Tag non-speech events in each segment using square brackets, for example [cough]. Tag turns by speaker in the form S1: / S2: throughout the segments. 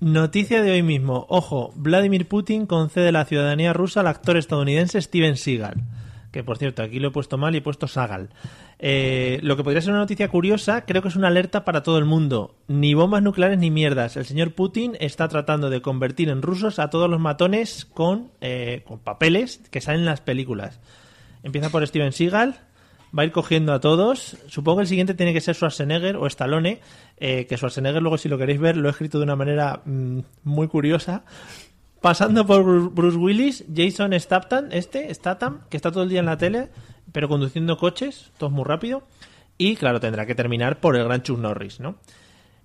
S1: Noticia de hoy mismo. Ojo, Vladimir Putin concede la ciudadanía rusa al actor estadounidense Steven Seagal. Que por cierto, aquí lo he puesto mal y he puesto Sagal. Eh, lo que podría ser una noticia curiosa, creo que es una alerta para todo el mundo. Ni bombas nucleares ni mierdas. El señor Putin está tratando de convertir en rusos a todos los matones con, eh, con papeles que salen en las películas. Empieza por Steven Seagal, va a ir cogiendo a todos. Supongo que el siguiente tiene que ser Schwarzenegger o Stallone, eh, que Schwarzenegger luego si lo queréis ver lo he escrito de una manera mm, muy curiosa. Pasando por Bru- Bruce Willis, Jason Statham, este, Statham, que está todo el día en la tele, pero conduciendo coches, todo muy rápido. Y claro, tendrá que terminar por el gran Chuck Norris, ¿no?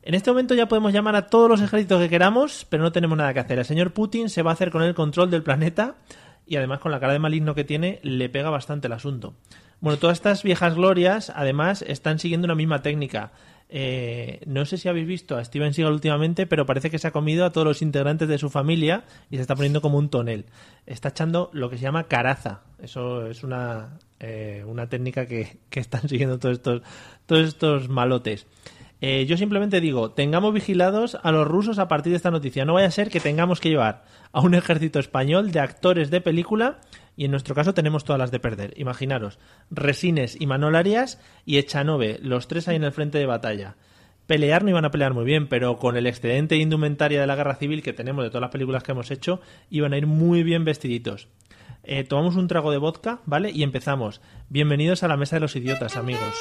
S1: En este momento ya podemos llamar a todos los ejércitos que queramos, pero no tenemos nada que hacer. El señor Putin se va a hacer con el control del planeta y además con la cara de maligno que tiene le pega bastante el asunto. Bueno, todas estas viejas glorias además están siguiendo una misma técnica. Eh, no sé si habéis visto a Steven Seagal últimamente, pero parece que se ha comido a todos los integrantes de su familia y se está poniendo como un tonel. Está echando lo que se llama caraza. Eso es una, eh, una técnica que, que están siguiendo todos estos, todos estos malotes. Eh, yo simplemente digo, tengamos vigilados a los rusos a partir de esta noticia. No vaya a ser que tengamos que llevar a un ejército español de actores de película y en nuestro caso tenemos todas las de perder. Imaginaros, Resines y Manol Arias y Echanove, los tres ahí en el frente de batalla. Pelear no iban a pelear muy bien, pero con el excedente de indumentaria de la guerra civil que tenemos de todas las películas que hemos hecho, iban a ir muy bien vestiditos. Eh, tomamos un trago de vodka, ¿vale? Y empezamos. Bienvenidos a la mesa de los idiotas, amigos.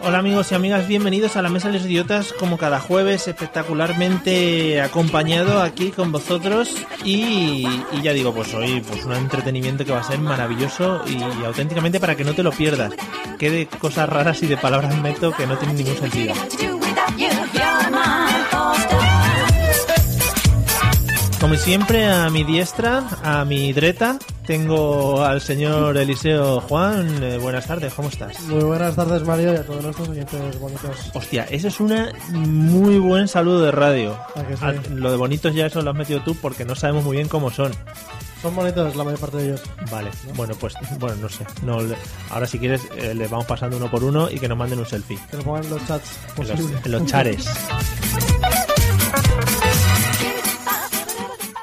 S1: Hola amigos y amigas, bienvenidos a la Mesa de los Idiotas, como cada jueves, espectacularmente acompañado aquí con vosotros y, y ya digo, pues hoy pues un entretenimiento que va a ser maravilloso y, auténticamente para que no te lo pierdas. Qué de cosas raras y de palabras meto que no tienen ningún sentido. Como siempre, a mi diestra, a mi dreta, tengo al señor Eliseo Juan. Eh, buenas tardes, ¿cómo estás?
S2: Muy buenas tardes, Mario, y a todos nuestros oyentes bonitos.
S1: Hostia, eso es un muy buen saludo de radio.
S2: ¿A que sí?
S1: Al- Lo de bonitos ya eso lo has metido tú porque no sabemos muy bien cómo son.
S2: Son bonitos la mayor parte de ellos.
S1: Vale, bueno, pues bueno, no sé. No, le- ahora si quieres eh, les vamos pasando uno por uno y que nos manden un selfie.
S2: Que lo pongan en los chats.
S1: En
S2: posible.
S1: los, en los chares.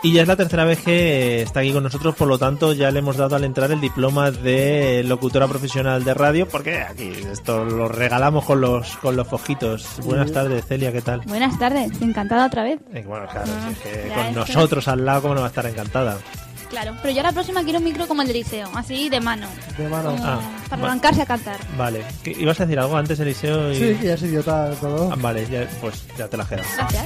S1: Y ya es la tercera vez que está aquí con nosotros, por lo tanto ya le hemos dado al entrar el diploma de locutora profesional de radio, porque aquí esto lo regalamos con los con los fojitos. Buenas tardes, Celia, ¿qué tal?
S3: Buenas tardes, encantada otra vez.
S1: Eh, Bueno, claro,
S3: Ah,
S1: si es que
S3: ya
S1: con
S3: es que-
S1: nosotros al lado, ¿cómo no va a estar encantada?
S3: Claro, pero yo a la próxima quiero un micro como el de liceo, así de mano,
S2: De mano.
S3: como
S1: Ah,
S3: para
S1: va-
S3: arrancarse a cantar.
S1: Vale, ¿Qué- ¿ibas a decir algo antes, Eliseo? Y...
S2: Sí, que ya es idiota de todo.
S1: Ah, vale, ya- pues ya te la quedas.
S3: Gracias.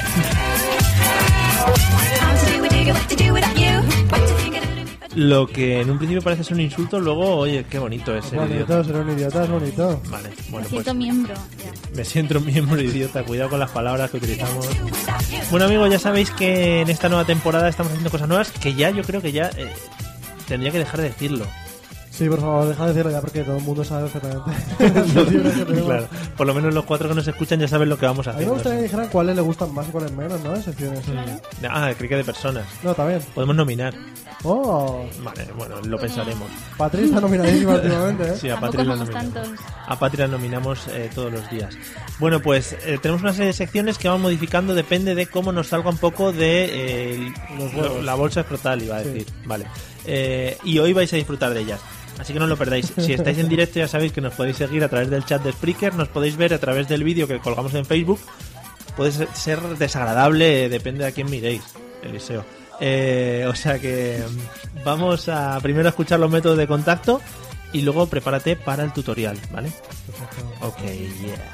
S1: Lo que en un principio parece ser un insulto, luego, oye, qué bonito es el
S2: Bueno,
S1: idiota.
S2: bonito, ser un idiota es bonito.
S1: Vale,
S3: Me
S1: bueno, pues
S3: siento miembro. ya.
S1: me siento un miembro idiota, cuidado con las palabras que utilizamos. Bueno amigos, ya sabéis que en esta nueva temporada estamos haciendo cosas nuevas que ya yo creo que ya eh, tendría que dejar de decirlo.
S2: Sí, por favor, deja de decirlo ya porque todo el mundo
S1: [laughs]
S2: sabe perfectamente. [laughs] los libros que tenemos.
S1: Claro, por lo menos los cuatro que nos escuchan ya saben lo que vamos a
S2: A mí
S1: hacer.
S2: me gustaría que
S1: ¿no?
S2: dijeran cuáles le gustan más y cuáles menos, ¿no? De secciones.
S1: Ah, creo que de personas.
S2: No, también.
S1: Podemos nominar.
S2: Oh,
S1: Vale, bueno, lo pensaremos.
S2: Patricia
S1: [laughs]
S2: está nominadísima últimamente, ¿eh?
S1: Sí, a
S3: Tampoco
S1: Patri la
S3: somos
S1: nominamos.
S3: tantos.
S1: A Patri la nominamos eh, todos los días. Bueno, pues eh, tenemos una serie de secciones que vamos modificando, depende de cómo nos salga un poco de eh,
S2: Los
S1: lo-
S2: huevos.
S1: la bolsa escrotal, iba a
S2: Sí.
S1: decir. Vale. Eh, y hoy vais a disfrutar de ellas. Así que no lo perdáis. Si estáis en directo ya sabéis que nos podéis seguir a través del chat de Spreaker, nos podéis ver a través del vídeo que colgamos en Facebook. Puede ser- ser desagradable, eh, depende de a quién miréis, Eliseo. Eh, o sea que mm, vamos a primero escuchar los métodos de contacto y luego prepárate para el tutorial, ¿vale? Ok, yeah.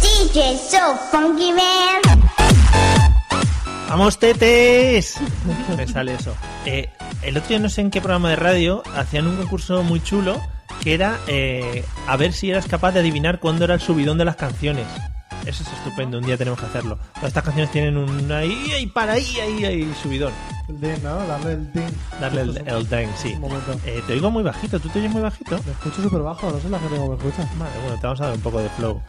S4: DJ So Funky Man.
S1: ¡Vamos, tetes! [laughs] Me sale eso. Eh, el otro día no sé en qué programa de radio hacían un concurso muy chulo que era eh, a ver si eras capaz de adivinar cuándo era el subidón de las canciones. Eso es estupendo, un día tenemos que hacerlo. Todas estas canciones tienen un ahí, ahí, para ahí, ahí, ahí, subidón.
S2: El ding, ¿no? Darle el ding.
S1: Darle el, el dang, sí.
S2: Un momento.
S1: Eh, te oigo muy bajito, ¿tú te oyes muy bajito?
S2: Me escucho súper bajo, no sé la gente cómo me escucha.
S1: Vale, bueno, te vamos a dar un poco de flow,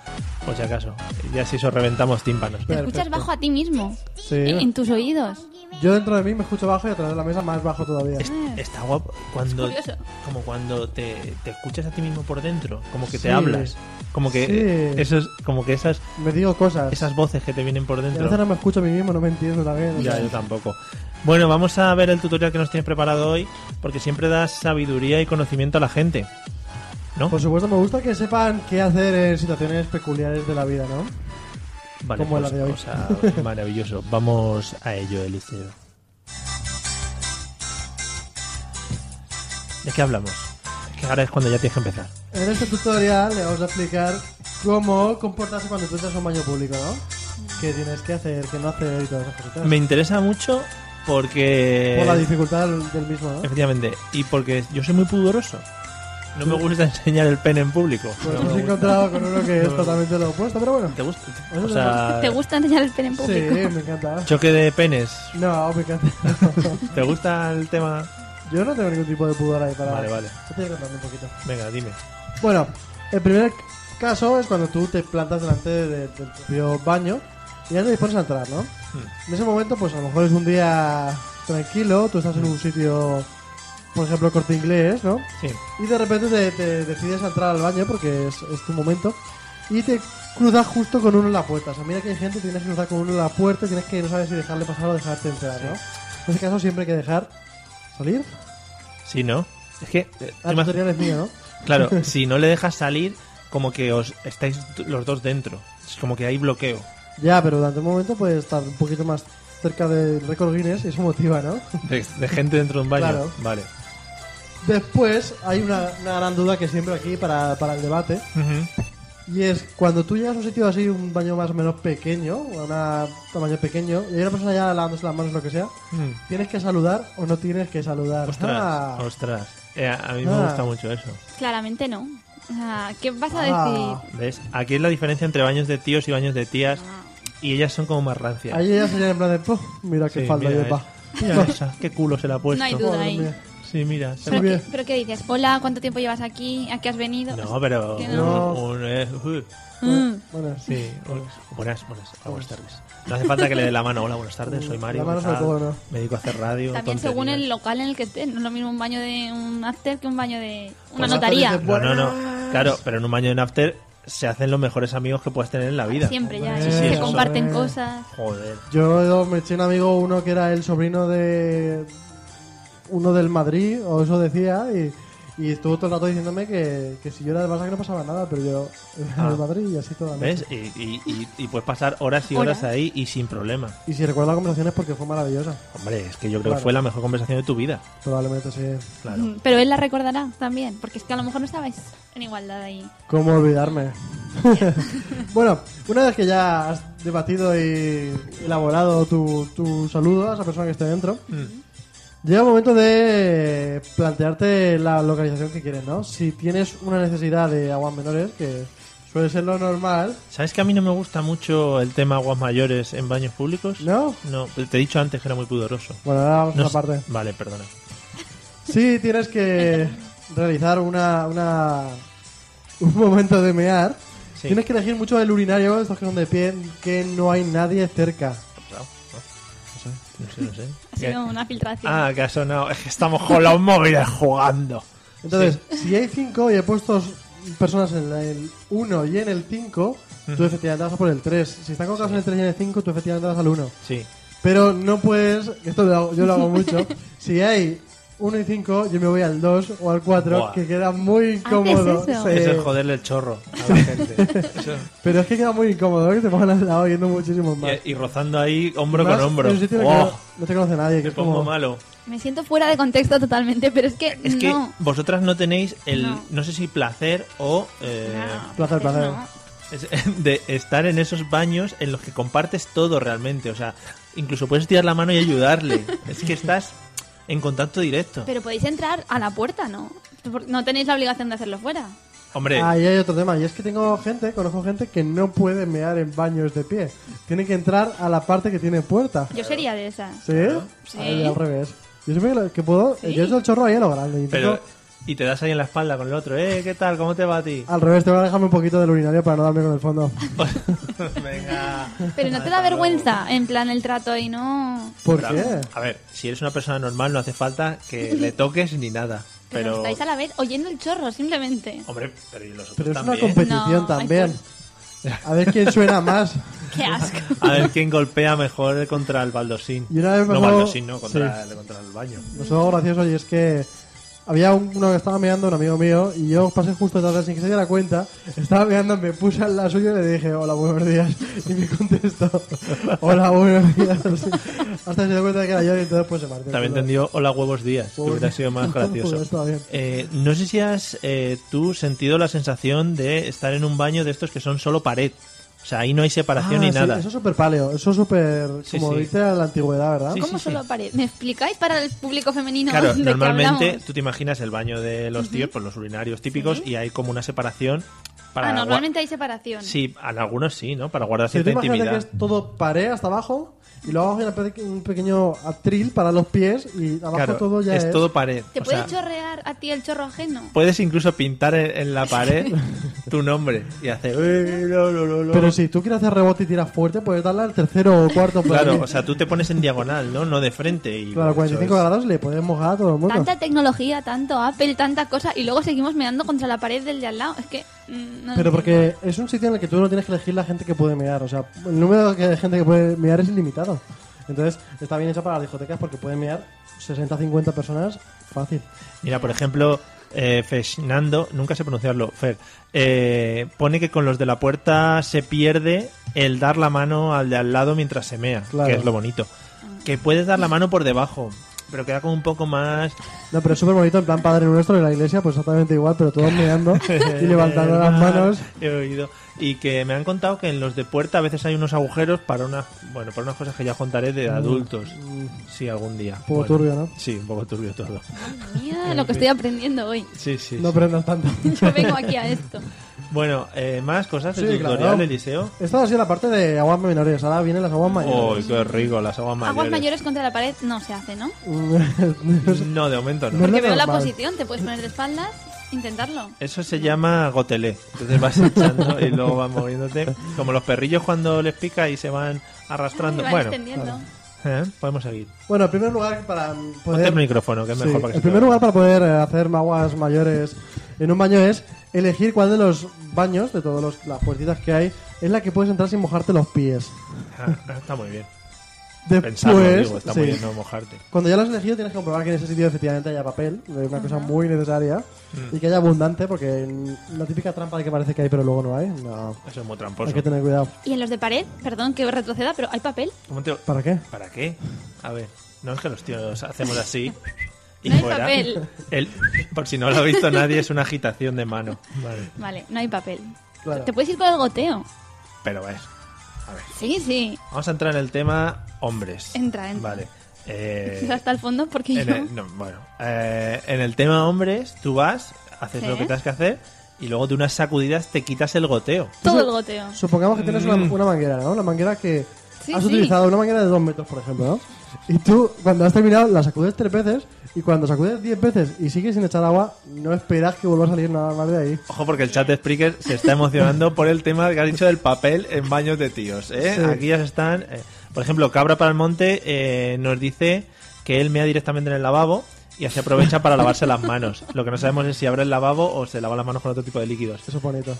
S1: por si acaso. Ya si eso reventamos tímpanos.
S3: Te escuchas
S2: Perfecto.
S3: bajo a ti mismo, en
S2: Sí.
S3: tus oídos.
S2: Yo dentro de mí me escucho bajo y a través de la mesa más bajo todavía.
S1: Es- está guapo cuando
S3: Es curioso.
S1: como cuando te, te escuchas a ti mismo por dentro, como que
S2: Sí.
S1: te hablas, como que
S2: Sí.
S1: esos, como que esas
S2: Me digo cosas.
S1: esas voces que te vienen por
S2: Y a veces
S1: dentro.
S2: no me escucho a mí mismo, no me entiendo también. o
S1: Ya
S2: sea,
S1: yo tampoco. Bueno, vamos a ver el tutorial que nos tienes preparado hoy, porque siempre das sabiduría y conocimiento a la gente. ¿No?
S2: Por supuesto, me gusta que sepan qué hacer en situaciones peculiares de la vida, ¿no?
S1: vale,
S2: como la
S1: pues,
S2: de hoy.
S1: cosa [laughs] maravilloso. Vamos a ello, Eliseo. ¿De qué hablamos? Es que ahora es cuando ya tienes que empezar.
S2: En este tutorial le vamos a explicar cómo comportarse cuando tú entras a un baño público, ¿no? ¿Qué tienes que hacer, qué no hacer y todas esas cositas.
S1: Me interesa mucho porque.
S2: Por la dificultad del del mismo, ¿no?
S1: Efectivamente, y porque yo soy muy pudoroso. No me gusta [laughs] enseñar el pene en público.
S2: Pues
S1: No me
S2: me he
S1: gusta.
S2: encontrado con uno que es totalmente lo opuesto, pero bueno.
S1: ¿Te gusta?
S2: Pues Eso
S1: O
S2: es
S1: sea,
S3: ¿Te gusta enseñar el pene en
S2: Sí,
S3: público?
S2: me
S1: [laughs]
S2: encanta.
S1: choque de penes.
S2: No,
S1: [laughs]
S2: me encanta.
S1: ¿Te gusta el tema?
S2: Yo no tengo ningún tipo de pudor ahí para...
S1: Vale, vale.
S2: Yo te voy a contar un poquito.
S1: Venga, dime.
S2: Bueno, el primer caso es cuando tú te plantas delante de- del propio baño y ya te dispones a entrar, ¿no? En ese momento, pues a lo mejor es un día tranquilo, tú estás en un sitio, por ejemplo, corte inglés, ¿no?
S1: Sí.
S2: Y de repente te, te decides a entrar al baño porque es, es tu momento y te cruzas justo con uno en la puerta. O sea, mira que hay gente que tienes que cruzar con uno en la puerta y tienes que no sabes si dejarle pasar o dejarte entrar, ¿no? En ese caso siempre hay que dejar salir.
S1: Sí, ¿no? Es que... eh,
S2: Ah, el
S1: imag-
S2: tutorial es mío, ¿no?
S1: Claro,
S2: [laughs]
S1: si no le dejas salir, como que os estáis t- los dos dentro. Es como que hay bloqueo.
S2: Ya, pero durante un momento puedes estar un poquito más cerca del récord Guinness y eso motiva, ¿no? [laughs]
S1: De, de gente dentro de un baño.
S2: Claro.
S1: Vale.
S2: Después hay una, una gran duda que siempre aquí para, para el debate
S1: Ujú.
S2: y es cuando tú llegas a un sitio así, un baño más o menos pequeño, o a un tamaño pequeño, y hay una persona ya lavándose las manos, lo que sea,
S1: Mm.
S2: ¿tienes que saludar o no tienes que saludar?
S1: Ostras,
S2: Ah,
S1: ostras. Eh, a a mí me
S2: Ah.
S1: gusta mucho eso.
S3: Claramente no. O sea, ¿Qué vas a
S2: Ah.
S3: decir?
S1: ¿Ves? Aquí es la diferencia entre baños de tíos y baños de tías. Y ellas son como más rancias.
S2: Ahí ella sería en plan de, "Puh, mira qué
S1: Sí,
S2: falda
S1: mira
S2: lleva.
S1: esa. Mira esa, qué culo se la ha puesto.
S3: No hay duda
S2: Madre
S3: ahí.
S2: mía.
S1: Sí, mira. se
S3: ¿Pero
S1: me-
S2: bien.
S3: qué, pero qué dices? Hola, ¿cuánto tiempo llevas aquí? ¿A qué has venido?
S1: No, pero...
S3: Que
S2: no.
S1: un- un- eh, uh,
S3: Mm.
S2: Bueno,
S1: sí, un- buenas, buenas, hola, buenas tardes. No hace falta que le dé la mano. Hola, buenas tardes, soy Mario.
S2: La mano
S1: tal,
S2: sobre todo, ¿no?
S1: Me dedico a hacer radio.
S3: También
S1: tonterías.
S3: según el local en el que estés. No es lo mismo un baño de un after que un baño de una
S2: Pues
S3: notaría.
S2: after
S1: No, no, no. Claro, pero en un baño de after se hacen los mejores amigos que puedes tener en la vida.
S3: Siempre ya.
S2: Hombre,
S1: Sí, sí,
S3: se
S1: eso.
S3: comparten
S2: hombre.
S3: cosas.
S1: Joder.
S2: Yo me eché un amigo, uno que era el sobrino de uno del Madrid, o eso decía, y, y estuvo todo el rato diciéndome que, que si yo era del Barça que no pasaba nada, pero yo era del Madrid y así toda la noche.
S1: ¿Ves? Y, y, y, y puedes pasar horas y horas
S3: Horas.
S1: ahí y sin problema.
S2: Y si recuerdo la conversación es porque fue maravillosa,
S1: Hombre, es que yo creo
S2: Claro.
S1: que fue la mejor conversación de tu vida.
S2: probablemente sí.
S1: Claro.
S3: Mm, Pero él la recordará también, porque es que a lo mejor no estabais en igualdad ahí.
S2: ¿Cómo olvidarme? bueno, una vez que ya has debatido y elaborado tu, tu saludo a esa persona que esté dentro,
S1: Mm.
S2: llega el momento de plantearte la localización que quieres, ¿no? Si tienes una necesidad de aguas menores, que suele ser lo normal,
S1: ¿Sabes que a mí no me gusta mucho el tema aguas mayores en baños públicos?
S2: ¿no?
S1: No, te he dicho antes que era muy pudoroso.
S2: Bueno, ahora vamos
S1: No
S2: a
S1: sé-
S2: la parte.
S1: Vale, perdona.
S2: Sí, tienes que realizar una, una un momento de mear.
S1: Sí.
S2: Tienes que elegir mucho el urinario, estos que son de pie, que no hay nadie cerca.
S1: No, sé, no sé, no sé.
S3: Ha sido una filtración.
S1: Ah, que ha sonado. Es que estamos con los móviles jugando.
S2: Entonces, si hay cinco y he puesto s- personas en la- el 1 y en el 5, tú efectivamente vas a por el 3. Si están colocados en el 3 y en el 5, tú efectivamente vas al 1.
S1: Sí.
S2: Pero no puedes, esto lo hago- yo lo
S1: [laughs]
S2: hago mucho, si hay 1 y 5, yo me voy al 2 o al 4,
S1: Buah.
S2: que queda muy incómodo.
S3: eso?
S2: Sí.
S1: Eso es joderle el chorro a la [laughs] gente. Eso-
S2: Pero es que queda muy incómodo, ¿eh? que te pongan al lado yendo muchísimo más.
S1: y, y rozando ahí hombro
S2: Más
S1: con hombro.
S2: en un sitio en el que
S1: ¡Oh!
S2: no, no te conoce nadie, que
S1: Me
S2: es como...
S1: pongo malo.
S3: Me siento fuera de contexto totalmente, pero es que
S1: Es que
S3: no.
S1: vosotras no tenéis el, no,
S3: No.
S1: sé si placer o... eh,
S3: No,
S2: placer,
S3: pues
S2: placer.
S3: no.
S1: [laughs] Es- de estar en esos baños en los que compartes todo realmente. O sea, incluso puedes tirar la mano y ayudarle. Es que estás en contacto directo.
S3: Pero podéis entrar a la puerta, ¿no? Por- No tenéis la obligación de hacerlo fuera.
S1: Hombre,
S2: Ahí hay otro tema, y es que tengo gente, conozco gente que no puede mear en baños de pie. Tiene que entrar a la parte que tiene puerta.
S3: Yo sería de esa.
S2: ¿Sí?
S3: Sí.
S2: Ahí, al revés. Yo siempre que, lo- que puedo, yo soy el chorro ahí a lo grande. Intento,
S1: pero... Y te das ahí en la espalda con el otro. Eh, ¿qué tal? ¿Cómo te va a ti?
S2: Al revés, te voy a dejarme un poquito del urinario para no darme con
S1: [laughs]
S2: el fondo.
S1: Venga.
S3: Pero no te da
S1: Hasta luego.
S3: vergüenza, en plan, el trato y no...
S2: ¿Por
S1: Claro.
S2: qué?
S1: A ver, si eres una persona normal no hace falta que le toques ni nada.
S3: Pero
S1: Pero...
S3: estáis a la vez oyendo el chorro, simplemente.
S1: Hombre, pero y los otros
S2: Pero es una
S1: también.
S2: competición
S3: No, hay
S2: también. A ver quién suena más.
S1: Oh,
S3: ¡Qué asco!
S1: A ver quién golpea mejor contra el baldosín.
S2: Y una vez
S1: no,
S2: me acuerdo-
S1: baldosín, no, contra,
S2: Sí.
S1: el- contra el baño.
S2: Nos fue algo gracioso y es que había un- uno que estaba meando, un amigo mío, y yo pasé justo detrás de él sin que se diera cuenta. Estaba meando, me puse al lado suyo y le dije, hola, buenos días. [laughs] Y me contestó, hola, buenos días. [laughs] Hasta que se dio cuenta de que era yo y entonces pues se partió.
S1: También entendió hola huevos días, que
S2: Huevos
S1: hubiera
S2: días.
S1: sido
S2: [laughs]
S1: más gracioso.
S2: Pues está bien.
S1: Eh, no sé si has eh, tú sentido la sensación de estar en un baño de estos que son solo pared. O sea, ahí no hay separación
S2: Ah,
S1: ni
S2: sí,
S1: nada.
S2: Eso es súper paleo, eso es súper...
S1: Sí,
S2: como
S1: sí.
S2: viste a la antigüedad, ¿verdad?
S1: Sí,
S3: ¿Cómo
S1: sí.
S3: solo pared? ¿Me explicáis para el público femenino
S1: Claro,
S3: de qué
S1: normalmente
S3: hablamos?
S1: tú te imaginas el baño de los tíos, pues los urinarios típicos, y hay como una separación para...
S3: Ah,
S1: gua-
S3: normalmente hay separación.
S1: Sí, en algunos sí, ¿no? Para guardar
S2: Si tú
S1: cierta
S2: imagínate
S1: intimidad.
S2: que es todo paré hasta abajo y luego abajo hay una pe- un pequeño atril para los pies y abajo
S1: Claro,
S2: todo ya es...
S1: todo pared.
S3: ¿Te
S1: O
S3: puede
S1: sea,
S3: chorrear a ti el chorro ajeno?
S1: puedes incluso pintar en, en
S3: [laughs]
S1: la pared tu nombre y hacer... "Eh, lo, lo, lo, lo".
S2: Pero si tú quieres hacer rebote y tiras fuerte, puedes darle al tercero o cuarto. por
S1: Claro,
S2: ahí.
S1: o sea, tú te pones en diagonal, ¿no? No de frente. Y
S2: Claro,
S1: pues, eso
S2: 45
S1: es-
S2: grados le podemos mojar a todo el mundo.
S3: Tanta tecnología, tanto Apple, tantas cosas, y luego seguimos meando contra la pared del de al lado. Es que... mm, no
S2: Pero
S3: entiendo.
S2: porque es un sitio en el que tú no tienes que elegir la gente que puede mear. O sea, el número de gente que puede mear es ilimitado. Entonces, está bien hecho para las discotecas porque pueden mear 60, 50 personas fácil.
S1: Mira, por ejemplo, eh, Fernando, nunca sé pronunciarlo, Fer, eh, pone que con los de la puerta se pierde el dar la mano al de al lado mientras se mea,
S2: Claro.
S1: que es lo bonito. Que puedes dar la mano por debajo, pero queda como un poco más...
S2: No, pero es súper bonito, en plan Padre Nuestro de la iglesia, pues exactamente igual, pero todos
S1: [laughs]
S2: meando [laughs] y levantando las manos.
S1: He eh, oído. Y que me han contado que en los de puerta a veces hay unos agujeros para unas, bueno, para unas cosas que ya contaré de adultos. Sí, algún día.
S2: Mm. poco turbio, ¿no?
S1: Sí, un poco turbio todo.
S3: Mira lo que estoy aprendiendo hoy. [laughs]
S1: Sí, sí.
S2: No
S1: sí.
S2: prendas tanto.
S3: Yo vengo aquí a esto.
S1: Bueno, eh, más cosas del
S2: Sí, claro.
S1: tutorial, Eliseo.
S2: Esta ha sido la parte de aguas menores, ahora vienen las aguas
S1: Uy,
S2: [laughs] mayores.
S1: qué rico, las aguas mayores.
S3: Aguas mayores contra la pared no se hace, ¿no?
S2: No sé.
S1: No, de momento
S2: No
S1: no.
S2: es
S3: Porque veo la
S2: normal.
S3: posición, te puedes poner de espaldas, intentarlo.
S1: Eso se llama gotelé. Entonces vas [laughs] echando y luego vas moviéndote. Como los perrillos cuando les pica y se van arrastrando.
S3: Ay, van
S1: bueno,
S3: extendiendo.
S1: ¿eh? podemos seguir.
S2: Bueno, en primer lugar, para mm,
S1: Ponte
S2: poder.
S1: el micrófono, que es mejor
S2: Sí,
S1: para que
S2: en
S1: se te
S2: primer
S1: oiga.
S2: lugar, para poder eh, hacer aguas mayores en un baño es elegir cuál de los baños, de todas los- las puertitas que hay, es la que puedes entrar sin mojarte los pies.
S1: Ah, está muy bien.
S2: Después,
S1: Pensarlo, digo, está muy
S2: pues, sí,
S1: bien no mojarte.
S2: Cuando ya lo has elegido, tienes que comprobar que en ese sitio efectivamente haya papel, es una cosa muy necesaria,
S1: Mm.
S2: y que haya abundante, porque mm, la típica trampa de que parece que hay, pero luego no hay, no.
S1: Eso es muy
S2: Hay
S1: tramposo.
S2: que tener cuidado.
S3: Y en los de pared, perdón que retroceda, pero hay papel.
S1: ¿Cómo te-
S2: ¿Para qué?
S1: ¿Para qué? A ver, no es que los tíos hacemos así y
S3: No hay
S1: fuera.
S3: papel.
S1: El, por si no lo ha visto nadie, es una agitación de mano. Vale.
S3: Vale, no hay papel.
S2: Claro.
S3: Te puedes ir por el goteo.
S1: Pero es.
S3: Sí, sí.
S1: Vamos a entrar en el tema hombres.
S3: Entra, entra. [laughs]
S1: Vale. Eh,
S3: Hasta el fondo porque
S1: en
S3: yo...
S1: el, no, bueno, eh, en el tema hombres, tú vas, haces
S3: Sí.
S1: lo que tienes que hacer y luego de unas sacudidas te quitas el goteo.
S3: Todo el goteo.
S2: Supongamos que tienes una,
S1: Mm.
S2: una manguera, ¿no? Una manguera que
S3: Sí,
S2: has
S3: sí.
S2: utilizado, una manguera de dos metros, por ejemplo, ¿no? Y tú, cuando has terminado, la sacudes tres veces y cuando sacudes diez veces y sigues sin echar agua, no esperas que vuelva a salir nada más de ahí.
S1: Ojo porque el chat de Spreaker se está emocionando por el tema que has dicho del papel en baños de tíos. ¿eh?
S2: Sí.
S1: Aquí ya se están... eh, por ejemplo, Cabra para el Monte eh, nos dice que él mea directamente en el lavabo y así aprovecha para lavarse las manos. Lo que no sabemos es si abre el lavabo o se lava las manos con otro tipo de líquidos.
S2: Eso es
S3: [laughs]
S2: bonito.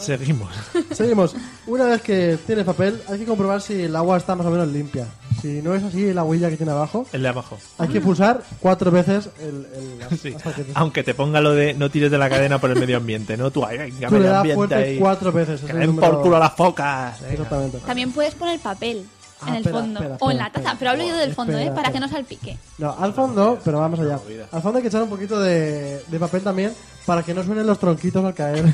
S1: Seguimos.
S2: Seguimos. Una vez que tienes papel, hay que comprobar si el agua está más o menos limpia. Si no es así, la huella que tiene abajo,
S1: El de abajo.
S2: hay que pulsar cuatro veces el, el-
S1: [laughs] Sí. Ah,
S2: hasta que te-
S1: Aunque te ponga lo de no tires de la cadena por el medio ambiente, ¿no? Tú, ay, venga,
S2: Tú le
S1: medio
S2: das
S1: ambiente
S2: fuerte
S1: ahí.
S2: cuatro veces.
S1: Que
S2: ese
S1: le den
S2: número-
S1: por culo a las focas. venga.
S2: Exactamente.
S3: También puedes poner papel
S2: Ah,
S3: en el
S2: espera,
S3: fondo
S2: espera,
S3: o
S2: espera,
S3: en la taza,
S2: espera.
S3: pero hablo yo del fondo,
S2: Espera,
S3: ¿eh? Para que
S2: espera.
S3: no salpique.
S2: No, al fondo, pero vamos allá. Al fondo hay que echar un poquito de, de papel también para que no suenen los tronquitos
S1: [laughs]
S2: al caer.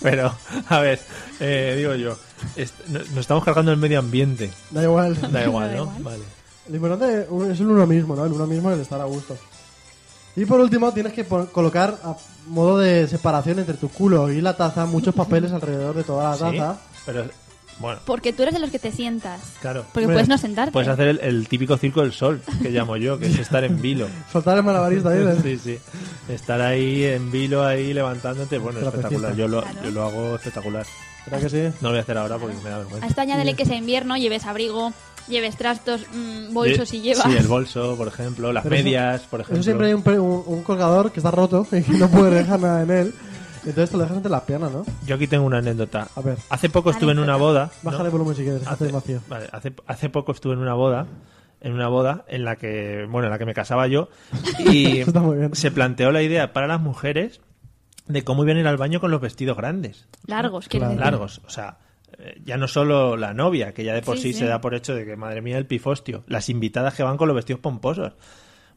S1: Pero, a ver, eh, digo yo, est- no- nos estamos cargando el medio ambiente.
S2: da igual.
S1: Da igual,
S3: Da
S1: ¿no?
S3: igual.
S1: Vale.
S2: Lo importante es el uno mismo, ¿no? El uno mismo, el estar a gusto. Y por último, tienes que pon- colocar a modo de separación entre tu culo y la taza
S1: [laughs]
S2: muchos papeles alrededor de toda la
S1: Sí,
S2: taza.
S1: Pero, bueno,
S3: Porque tú eres de los que te sientas.
S1: claro.
S3: Porque
S2: Hombre,
S3: puedes no sentarte.
S1: Puedes hacer el, el típico circo del sol, que llamo yo, que es estar en vilo.
S2: Soltar el malabarista, ¿eh?
S1: Sí, sí. Estar ahí en vilo, ahí levantándote, bueno,
S2: Trapecista.
S1: espectacular. Yo lo,
S3: Claro.
S1: yo lo hago espectacular.
S2: ¿Será que sí?
S1: No lo voy a hacer ahora porque me da vergüenza.
S3: A esto añádele que es invierno, lleves abrigo, lleves trastos, mm, bolsos y llevas.
S1: Sí, el bolso, por ejemplo, las
S2: Pero eso-
S1: medias, por ejemplo.
S2: Eso siempre hay un, pre- un- un colgador que está roto y no puedes dejar nada en él. Entonces te lo dejas entre las piernas, ¿no?
S1: Yo aquí tengo una anécdota.
S2: A ver.
S1: Hace poco estuve en una boda. ¿no?
S2: Bájale el volumen si quieres, hace
S1: Hace,
S2: vacío.
S1: vale, hace, hace poco estuve en una boda, en una boda en la que, bueno, en la que me casaba
S2: [laughs]
S1: yo y
S2: Eso está muy bien.
S1: se planteó la idea para las mujeres de cómo iban a ir al baño con los vestidos grandes,
S3: Largos, quiero decir.
S1: largos, o sea, eh, ya no solo la novia, que ya de por sí,
S3: Sí, sí.
S1: se da por hecho de que madre mía el pifostio, las invitadas que van con los vestidos pomposos.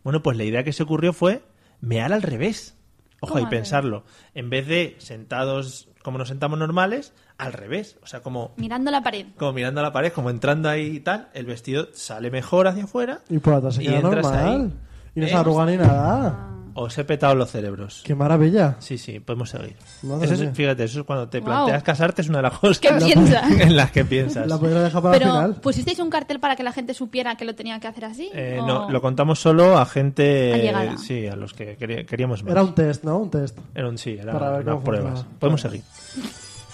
S1: Bueno, pues la idea que se ocurrió fue mear al revés. Ojo,
S3: ¿Cómo
S1: y
S3: al revés?
S1: pensarlo, en vez de sentados como nos sentamos normales, al revés, o sea, como
S3: Mirando la pared.
S1: como mirando a la pared, como entrando ahí y tal, el vestido sale mejor hacia afuera.
S2: Y por atrás se
S1: Y
S2: queda
S1: entras
S2: normal.
S1: ahí.
S2: Y no se
S1: ¿Eh?
S2: arruga ni nada.
S1: Os he petado los cerebros.
S2: ¡Qué maravilla!
S1: Sí, sí, podemos seguir.
S2: Madre
S1: Eso
S2: mía.
S1: es, fíjate, eso es cuando te
S3: Guau.
S1: planteas casarte, es una de las cosas
S3: ¿Qué piensas?
S1: [laughs] en las que piensas.
S2: La podría dejar para el
S3: Pero
S2: final.
S3: pusisteis un cartel para que la gente supiera que lo tenía que hacer así.
S1: Eh,
S3: ¿O-
S1: No, lo contamos solo a gente.
S3: Allegada.
S1: sí, a los que queri- queríamos más.
S2: Era un test, ¿no? Un test.
S1: Era un- sí, eran
S2: para ver
S1: unas
S2: cómo
S1: pruebas.
S2: funcionaba.
S1: Podemos seguir.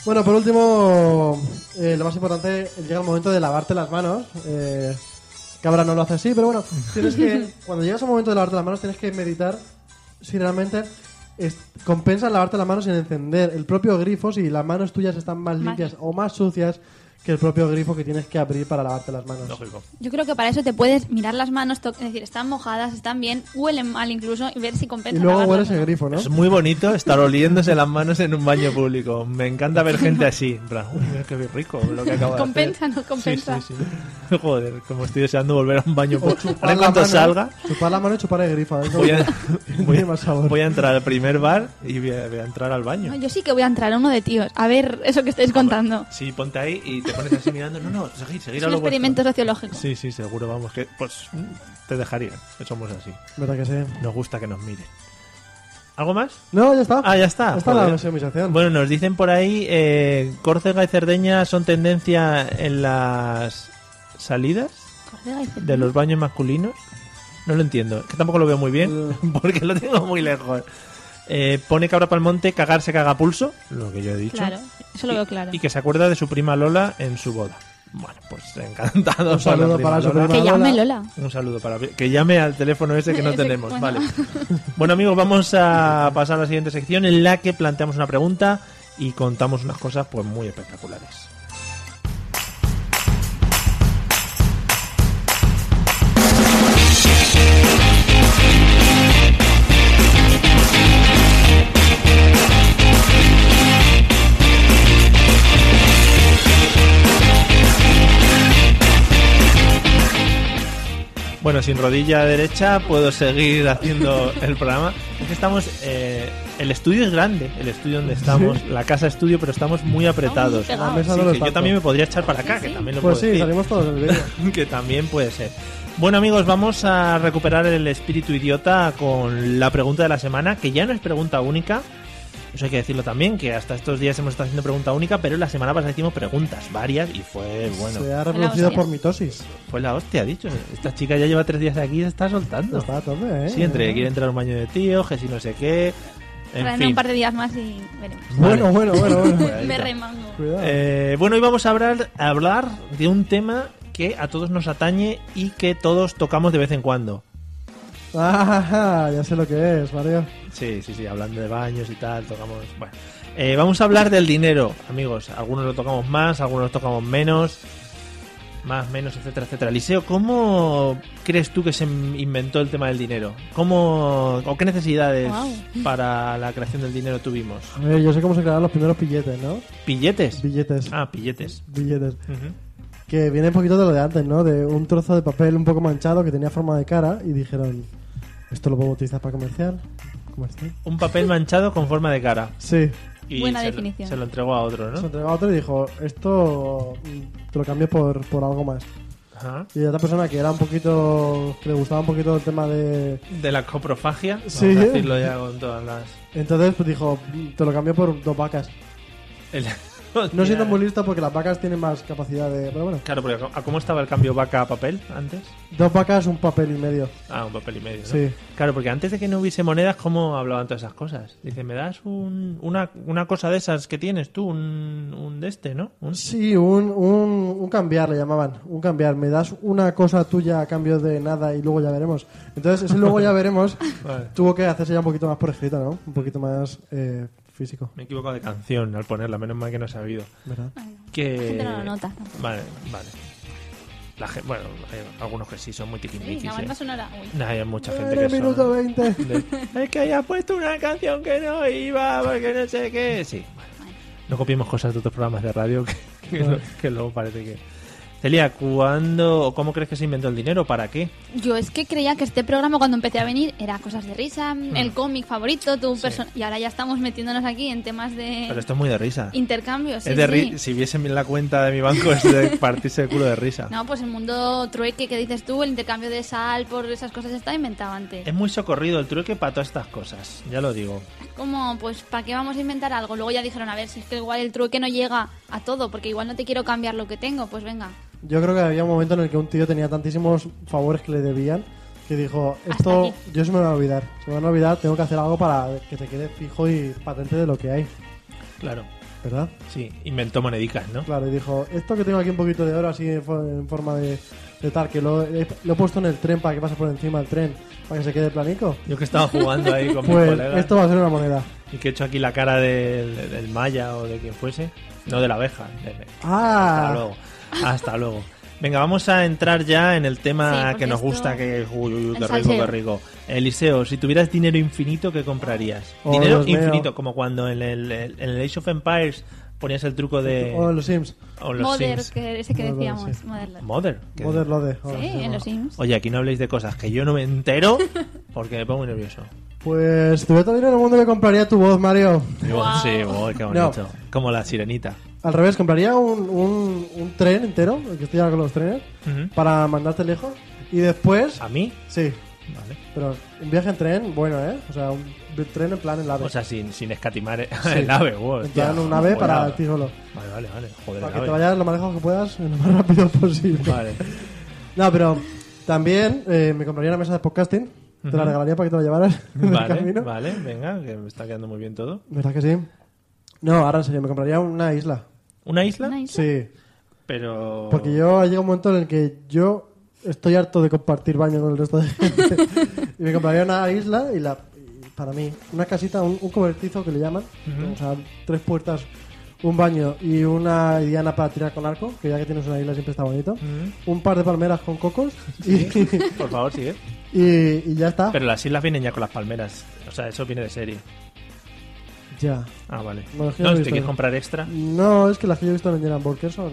S2: Bueno, por último, eh, lo más importante, llega el momento de lavarte las manos. Eh, Cabra no lo hace así, pero bueno, tienes [laughs] que, cuando llegas al momento de lavarte las manos, tienes que meditar si realmente es- compensa lavarte las manos en encender el propio grifo, si las manos tuyas están más
S3: Más.
S2: limpias o más sucias que el propio grifo que tienes que abrir para lavarte las manos.
S1: Lógico.
S3: Yo creo que para eso te puedes mirar las manos, to- es decir, están mojadas, están bien, huelen mal incluso, y ver si
S2: Y
S3: compensa.
S2: luego
S3: lavarlas
S2: hueles
S3: o no.
S2: el grifo, ¿no?
S1: Es muy bonito estar oliéndose las manos en un baño público. Me encanta ver gente así. En plan, uy, mira qué rico lo que acabo de
S3: Compensa,
S1: hacer".
S3: ¿no? Compensa.
S1: Sí, sí, sí. [laughs] Joder, como estoy deseando volver a un baño
S2: O
S1: público.
S2: chupar
S1: Ahora en
S2: la
S1: cuanto
S2: mano-
S1: salga,
S2: Chupar la mano y chupar el grifo. ¿eh?
S1: voy a, [laughs] voy,
S2: [laughs] Tiene más sabor.
S1: voy a entrar al primer bar y voy a, voy a entrar al baño.
S3: No, yo sí que voy a entrar a uno de tíos, a ver eso que estáis contando.
S1: Sí, ponte ahí y te pones así mirando. No, no, seguid, seguid
S3: Es
S1: a
S3: un
S1: lo
S3: experimento
S1: vuestro.
S3: sociológico.
S1: Sí, sí, seguro, vamos, que pues te dejaría. que Somos así.
S2: ¿Verdad que sí?
S1: Nos gusta que nos miren. ¿Algo más?
S2: No, ya está.
S1: Ah, ya está.
S2: Esta
S1: Joder.
S2: la versión de mi sección.
S1: Bueno, nos dicen por ahí, eh, Córcega y Cerdeña son tendencia en las salidas
S3: Córcega y Cerdeña.
S1: de los baños masculinos. No lo entiendo, es que tampoco lo veo muy
S2: [laughs]
S1: bien, [laughs]
S2: Eh.
S1: porque lo tengo muy lejos. Eh, pone cabra pa'l monte, cagarse caga pulso, lo que yo he dicho.
S3: Claro, eso lo veo claro.
S1: Y que se acuerda de su prima Lola en su boda. Bueno, pues encantado.
S2: Un saludo para su prima.
S3: Que llame Lola.
S1: Un saludo para que llame al teléfono ese
S3: [laughs]
S1: que no
S3: Ese,
S1: tenemos,
S3: bueno.
S1: vale. Bueno amigos, vamos a pasar a la siguiente sección en la que planteamos una pregunta y contamos unas cosas pues muy espectaculares. Bueno, sin rodilla derecha puedo seguir [laughs] haciendo el programa. Es que estamos, eh, el estudio es grande, el estudio donde estamos, la casa estudio, pero estamos muy apretados.
S3: pegados. La
S2: Ah, mesa
S1: Así
S2: no lo
S1: que yo
S2: tanto.
S1: también me podría echar para acá,
S3: Sí,
S1: que
S3: sí.
S1: también lo
S2: Pues
S1: puedo
S2: sí,
S1: decir.
S2: salimos todos del vídeo.
S1: que también puede ser. Bueno amigos, vamos a recuperar el espíritu idiota con la pregunta de la semana, que ya no es pregunta única. Eso hay que decirlo también, que hasta estos días hemos estado haciendo pregunta única, pero la semana pasada hicimos preguntas varias y fue, [laughs] bueno,
S2: Se ha reproducido
S3: Hola,
S2: por mitosis.
S1: fue la hostia, dicho. Esta chica ya lleva tres días aquí y se está soltando.
S2: Está a tope, ¿eh?
S1: Sí, entre que quiere entrar a un baño de tío, que si no sé qué, en
S3: Traedme un
S1: fin.
S3: par de días más y veremos.
S2: Bueno,
S1: Vale.
S2: bueno, bueno, bueno.
S1: [laughs] Ahí
S3: Me
S1: está.
S3: remango.
S2: Cuidado.
S1: Eh, bueno, hoy vamos a hablar, a hablar de un tema que a todos nos atañe y que todos tocamos de vez en cuando.
S2: Ah, ya sé lo que es, Mario.
S1: Sí, sí, sí, hablando de baños y tal, tocamos. Bueno, Eh, vamos a hablar del dinero, amigos. Algunos lo tocamos más, algunos lo tocamos menos, más, menos, etcétera, etcétera. Eliseo, ¿cómo crees tú que se inventó el tema del dinero? ¿Cómo o qué necesidades
S3: Guau.
S1: para la creación del dinero tuvimos?
S2: A ver, yo sé cómo se crearon los primeros billetes, ¿no?
S1: ¿Billetes?
S2: Billetes.
S1: Ah, billetes.
S2: Billetes.
S1: Ujú.
S2: Que viene un poquito de lo de antes, ¿no? De un trozo de papel un poco manchado que tenía forma de cara y dijeron, esto lo puedo utilizar para comerciar. comercial.
S1: Un papel manchado con forma de cara.
S2: Sí.
S1: Y
S3: Buena
S1: se lo-
S3: definición.
S1: se lo entregó a otro,
S2: Se
S1: ¿no?
S2: entregó a otro y dijo, esto mm, te lo cambié por, por algo más.
S1: Ajá.
S2: Y otra persona que era un poquito... que le gustaba un poquito el tema de...
S1: De la coprofagia. Vamos
S2: Sí.
S1: a decirlo ya con todas las.
S2: Entonces pues dijo, te lo cambié por dos vacas.
S1: el-
S2: No
S1: [laughs]
S2: siendo muy lista porque las vacas tienen más capacidad de... Pero bueno,
S1: Claro, porque ¿a cómo estaba el cambio vaca a papel antes?
S2: dos vacas, un papel y medio.
S1: Ah, un papel y medio. ¿no?
S2: Sí.
S1: Claro, porque antes de que no hubiese monedas, ¿cómo hablaban todas esas cosas? Dice, me das un- una, una cosa de esas que tienes tú, un, un de este, ¿no? Un-
S2: Sí, un, un, un cambiar le llamaban. Un cambiar. Me das una cosa tuya a cambio de nada y luego ya veremos. Entonces, ese luego ya veremos
S1: [laughs] Vale.
S2: tuvo que hacerse ya un poquito más por escrito, ¿no? Un poquito más eh, físico,
S1: Me he equivocado de canción al ponerla, menos mal que no he sabido.
S2: ¿verdad?
S1: Que...
S3: La gente no lo nota.
S1: Vale, vale. La gen- bueno, hay algunos que sí son muy tiquimiquis.
S3: la banda
S1: ¿eh?
S3: sonora. Uy.
S1: Nah, hay mucha gente
S2: Madre,
S1: que son-
S2: minuto 20!
S1: [laughs] de- Es que haya puesto una canción que no iba, porque no sé qué. Sí, bueno. No copiemos cosas de otros programas de radio que, que lo- que luego parece que. Celia, ¿cuándo o cómo crees que se inventó el dinero? ¿Para qué?
S3: Yo es que creía que este programa cuando empecé a venir era cosas de risa,
S1: Hmm.
S3: el cómic favorito, tu persona... Y ahora ya estamos metiéndonos aquí en temas de
S1: Pero esto es muy de risa.
S3: intercambios. sí,
S1: es de
S3: sí.
S1: ri- Si viesen la cuenta de mi banco, es de
S3: [laughs]
S1: partirse el culo de risa.
S3: No, pues el mundo trueque que dices tú, el intercambio de sal por esas cosas está inventado antes.
S1: Es muy socorrido el truque para todas estas cosas, ya lo digo.
S3: Como, pues, ¿para qué vamos a inventar algo? Luego ya dijeron, a ver, si es que igual el trueque no llega a todo, porque igual no te quiero cambiar lo que tengo, pues venga.
S2: Yo creo que había un momento en el que un tío tenía tantísimos favores que le debían que dijo,
S3: Hasta
S2: esto
S3: aquí.
S2: yo se me va a olvidar. Se me van a olvidar, tengo que hacer algo para que te quede fijo y patente de lo que hay,
S1: Claro.
S2: ¿verdad?
S1: Sí, inventó monedicas, ¿no?
S2: Claro, y dijo, esto que tengo aquí un poquito de oro así en fo- en forma de, de tal, que lo he, lo he puesto en el tren para que pase por encima del tren, para que se quede planico.
S1: Yo que estaba jugando ahí con mis
S2: Pues
S1: colegas
S2: esto va a ser una moneda.
S1: y que he hecho aquí la cara del, del Maya o de quien fuese. No de la abeja. de- de- Hasta
S2: Ah,
S1: luego. Hasta luego. Venga, vamos a entrar ya en el
S3: Sí,
S1: tema
S3: porque
S1: que nos
S3: esto-
S1: gusta, que uy, uy, uy, qué rico,
S3: El
S1: qué
S3: salseo.
S1: rico. Eliseo, si tuvieras dinero infinito, ¿qué comprarías?
S2: Oh,
S1: dinero
S2: Dios mío.
S1: infinito, como cuando en el, en el Age of Empires ponías el truco de...
S2: o en los Sims.
S1: o los
S3: Mother,
S1: Sims.
S3: que ese que
S2: Mother,
S3: decíamos.
S2: sí.
S3: Mother Lode.
S1: Mother. que-
S2: Mother Lode. ahora
S3: Sí,
S2: se
S3: en
S2: llama.
S3: los Sims.
S1: Oye, aquí no habléis de cosas que yo no me
S3: [laughs]
S1: entero porque me pongo muy nervioso.
S2: Pues si tuviera todo dinero en el mundo que compraría tu voz, Mario.
S3: Guau.
S1: Sí, guau, qué bonito. Como la sirenita.
S2: Al revés, compraría un, un, un tren entero, que estoy ahora con los trenes,
S1: Ujú.
S2: para mandarte lejos. Y después...
S1: ¿A mí?
S2: Sí,
S1: Vale.
S2: pero un viaje en tren, bueno, ¿eh? O sea, un tren en plan en la
S1: O sea, sin, sin escatimar [laughs] el
S2: Sí.
S1: ave, wow,
S2: en
S1: hostia.
S2: plan un ave para
S1: Cuidado.
S2: ti solo.
S1: Vale, vale, vale. Joder, el
S2: Para que te
S1: ave.
S2: vayas lo más lejos que puedas, lo más [laughs] rápido posible.
S1: Vale.
S2: No, pero también eh, me compraría una mesa de podcasting. Te la regalaría para que te la llevaras [laughs] [laughs] en el
S1: Vale,
S2: camino.
S1: vale, venga, que me está quedando muy bien todo.
S2: ¿Verdad que sí? No, ahora en serio, me compraría una isla.
S1: ¿Una isla?
S3: Una isla.
S2: Sí.
S1: Pero.
S2: Porque yo llega un momento en el que yo estoy harto de compartir baño con el resto de gente.
S1: [laughs]
S2: y me compraría una isla y la y para mí, una casita, un, un cobertizo que le llaman. O sea, tres puertas, un baño y una diana para tirar con arco, que ya que tienes una isla siempre está bonito. Un par de palmeras con cocos y,
S1: Por favor, sigue.
S2: [laughs] Y, y ya está.
S1: Pero las islas vienen ya con las palmeras. O sea, eso viene de serie.
S2: Ya.
S1: Ah, vale.
S2: Bueno, es que
S1: no,
S2: no he
S1: si te
S2: visto
S1: quieres
S2: yo.
S1: comprar extra.
S2: No, es que las que yo he visto en Angel Walker son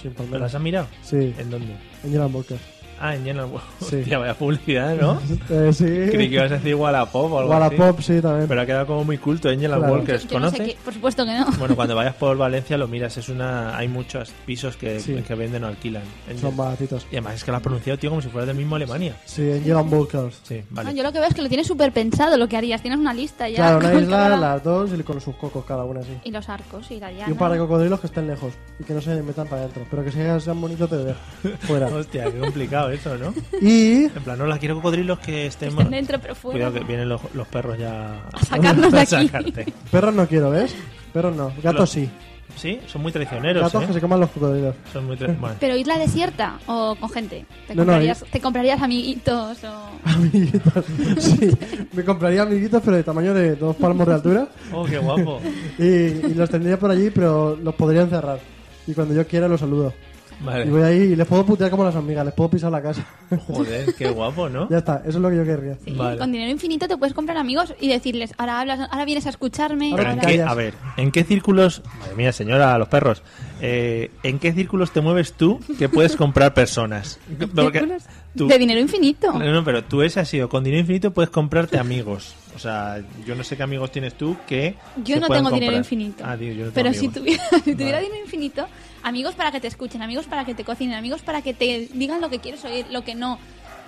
S2: sin
S1: ¿Pero
S2: palmeras.
S1: las has mirado?
S2: Sí,
S1: ¿En dónde?
S2: Angel Walker.
S1: Ah, en [laughs] General
S2: Sí.
S1: Hostia, vaya publicidad, ¿no?
S2: [laughs] Eh, sí.
S1: Creí que ibas a decir Wallapop o algo
S2: Wallapop, sí, también.
S1: así. Pero ha quedado como muy culto, ¿eh, Angel and
S2: Claro.
S1: Walkers.
S3: Yo no sé
S1: ¿Conoces?
S3: qué- por supuesto que no.
S1: Bueno, cuando vayas por Valencia lo miras. Es una... Hay muchos pisos que,
S2: Sí.
S1: que venden o alquilan. Angel.
S2: Son baratitos.
S1: Y además es que lo has pronunciado, tío, como si fuera del mismo Alemania.
S2: Sí, Angel Walker.
S1: Sí,
S3: No,
S1: vale.
S3: yo lo que veo es que lo tienes súper pensado lo que harías. Tienes una lista ya.
S2: Claro, una
S3: con [laughs]
S2: isla,
S3: cada-
S2: las dos y con sus cocos cada una así.
S3: Y los arcos y la diana.
S2: Y un par de cocodrilos que estén lejos y que no se metan para adentro, pero que sean, sean bonitos
S1: [laughs]
S2: de ver. Fuera.
S1: Hostia, qué complicado eso, ¿no?
S2: Y
S1: En plan, no la quiero cocodrilos que estén...
S3: Están dentro, pero fuera.
S1: Cuidado que vienen los, los perros ya... A
S3: sacarnos de aquí.
S1: sacarte.
S2: perros no quiero, ¿ves? Perros no,
S1: Lo-
S2: gatos sí.
S1: Sí, son muy traicioneros,
S2: Gatos
S1: ¿eh?
S2: que se coman los cocodrilos. [laughs]
S1: Son muy tra-
S3: [laughs]
S1: bueno.
S3: Pero isla desierta o con gente. Te,
S2: No, no,
S3: comprarías, te comprarías amiguitos o.
S1: [laughs]
S2: Amiguitos. Sí, me compraría amiguitos, pero de tamaño de dos palmos de altura.
S1: Oh, qué guapo.
S2: Y, y los tendría por allí, pero los podría encerrar. Y cuando yo quiera los saludo. Y
S1: Vale.
S2: voy ahí y les puedo putear como las amigas, les puedo pisar
S1: [laughs]
S2: la casa.
S1: Joder, qué guapo, ¿no?
S2: ya está, eso es lo que yo querría.
S3: Sí,
S1: Vale.
S3: Con dinero infinito te puedes comprar amigos y decirles, ahora hablas, ahora vienes a escucharme.
S1: Pero
S2: Ahora
S1: en
S2: te
S1: qué,
S2: callas.
S1: a ver, ¿en qué círculos, madre mía señora, los perros, eh, ¿en qué círculos te mueves tú que puedes comprar
S3: [laughs]
S1: personas? Porque
S3: Círculos
S1: tú-
S3: De dinero infinito.
S1: No, no, pero tú es así, o con dinero infinito puedes comprarte amigos. O sea, yo no sé qué amigos tienes tú que...
S3: Yo
S1: se
S3: no
S1: puedan
S3: tengo dinero
S1: comprar.
S3: infinito.
S1: Ah, digo, yo no tengo
S3: pero si
S1: amigos.
S3: tuviera, [laughs] si tuviera
S1: Vale.
S3: dinero infinito, amigos para que te escuchen, amigos para que te cocinen, amigos para que te digan lo que quieres oír, lo que no.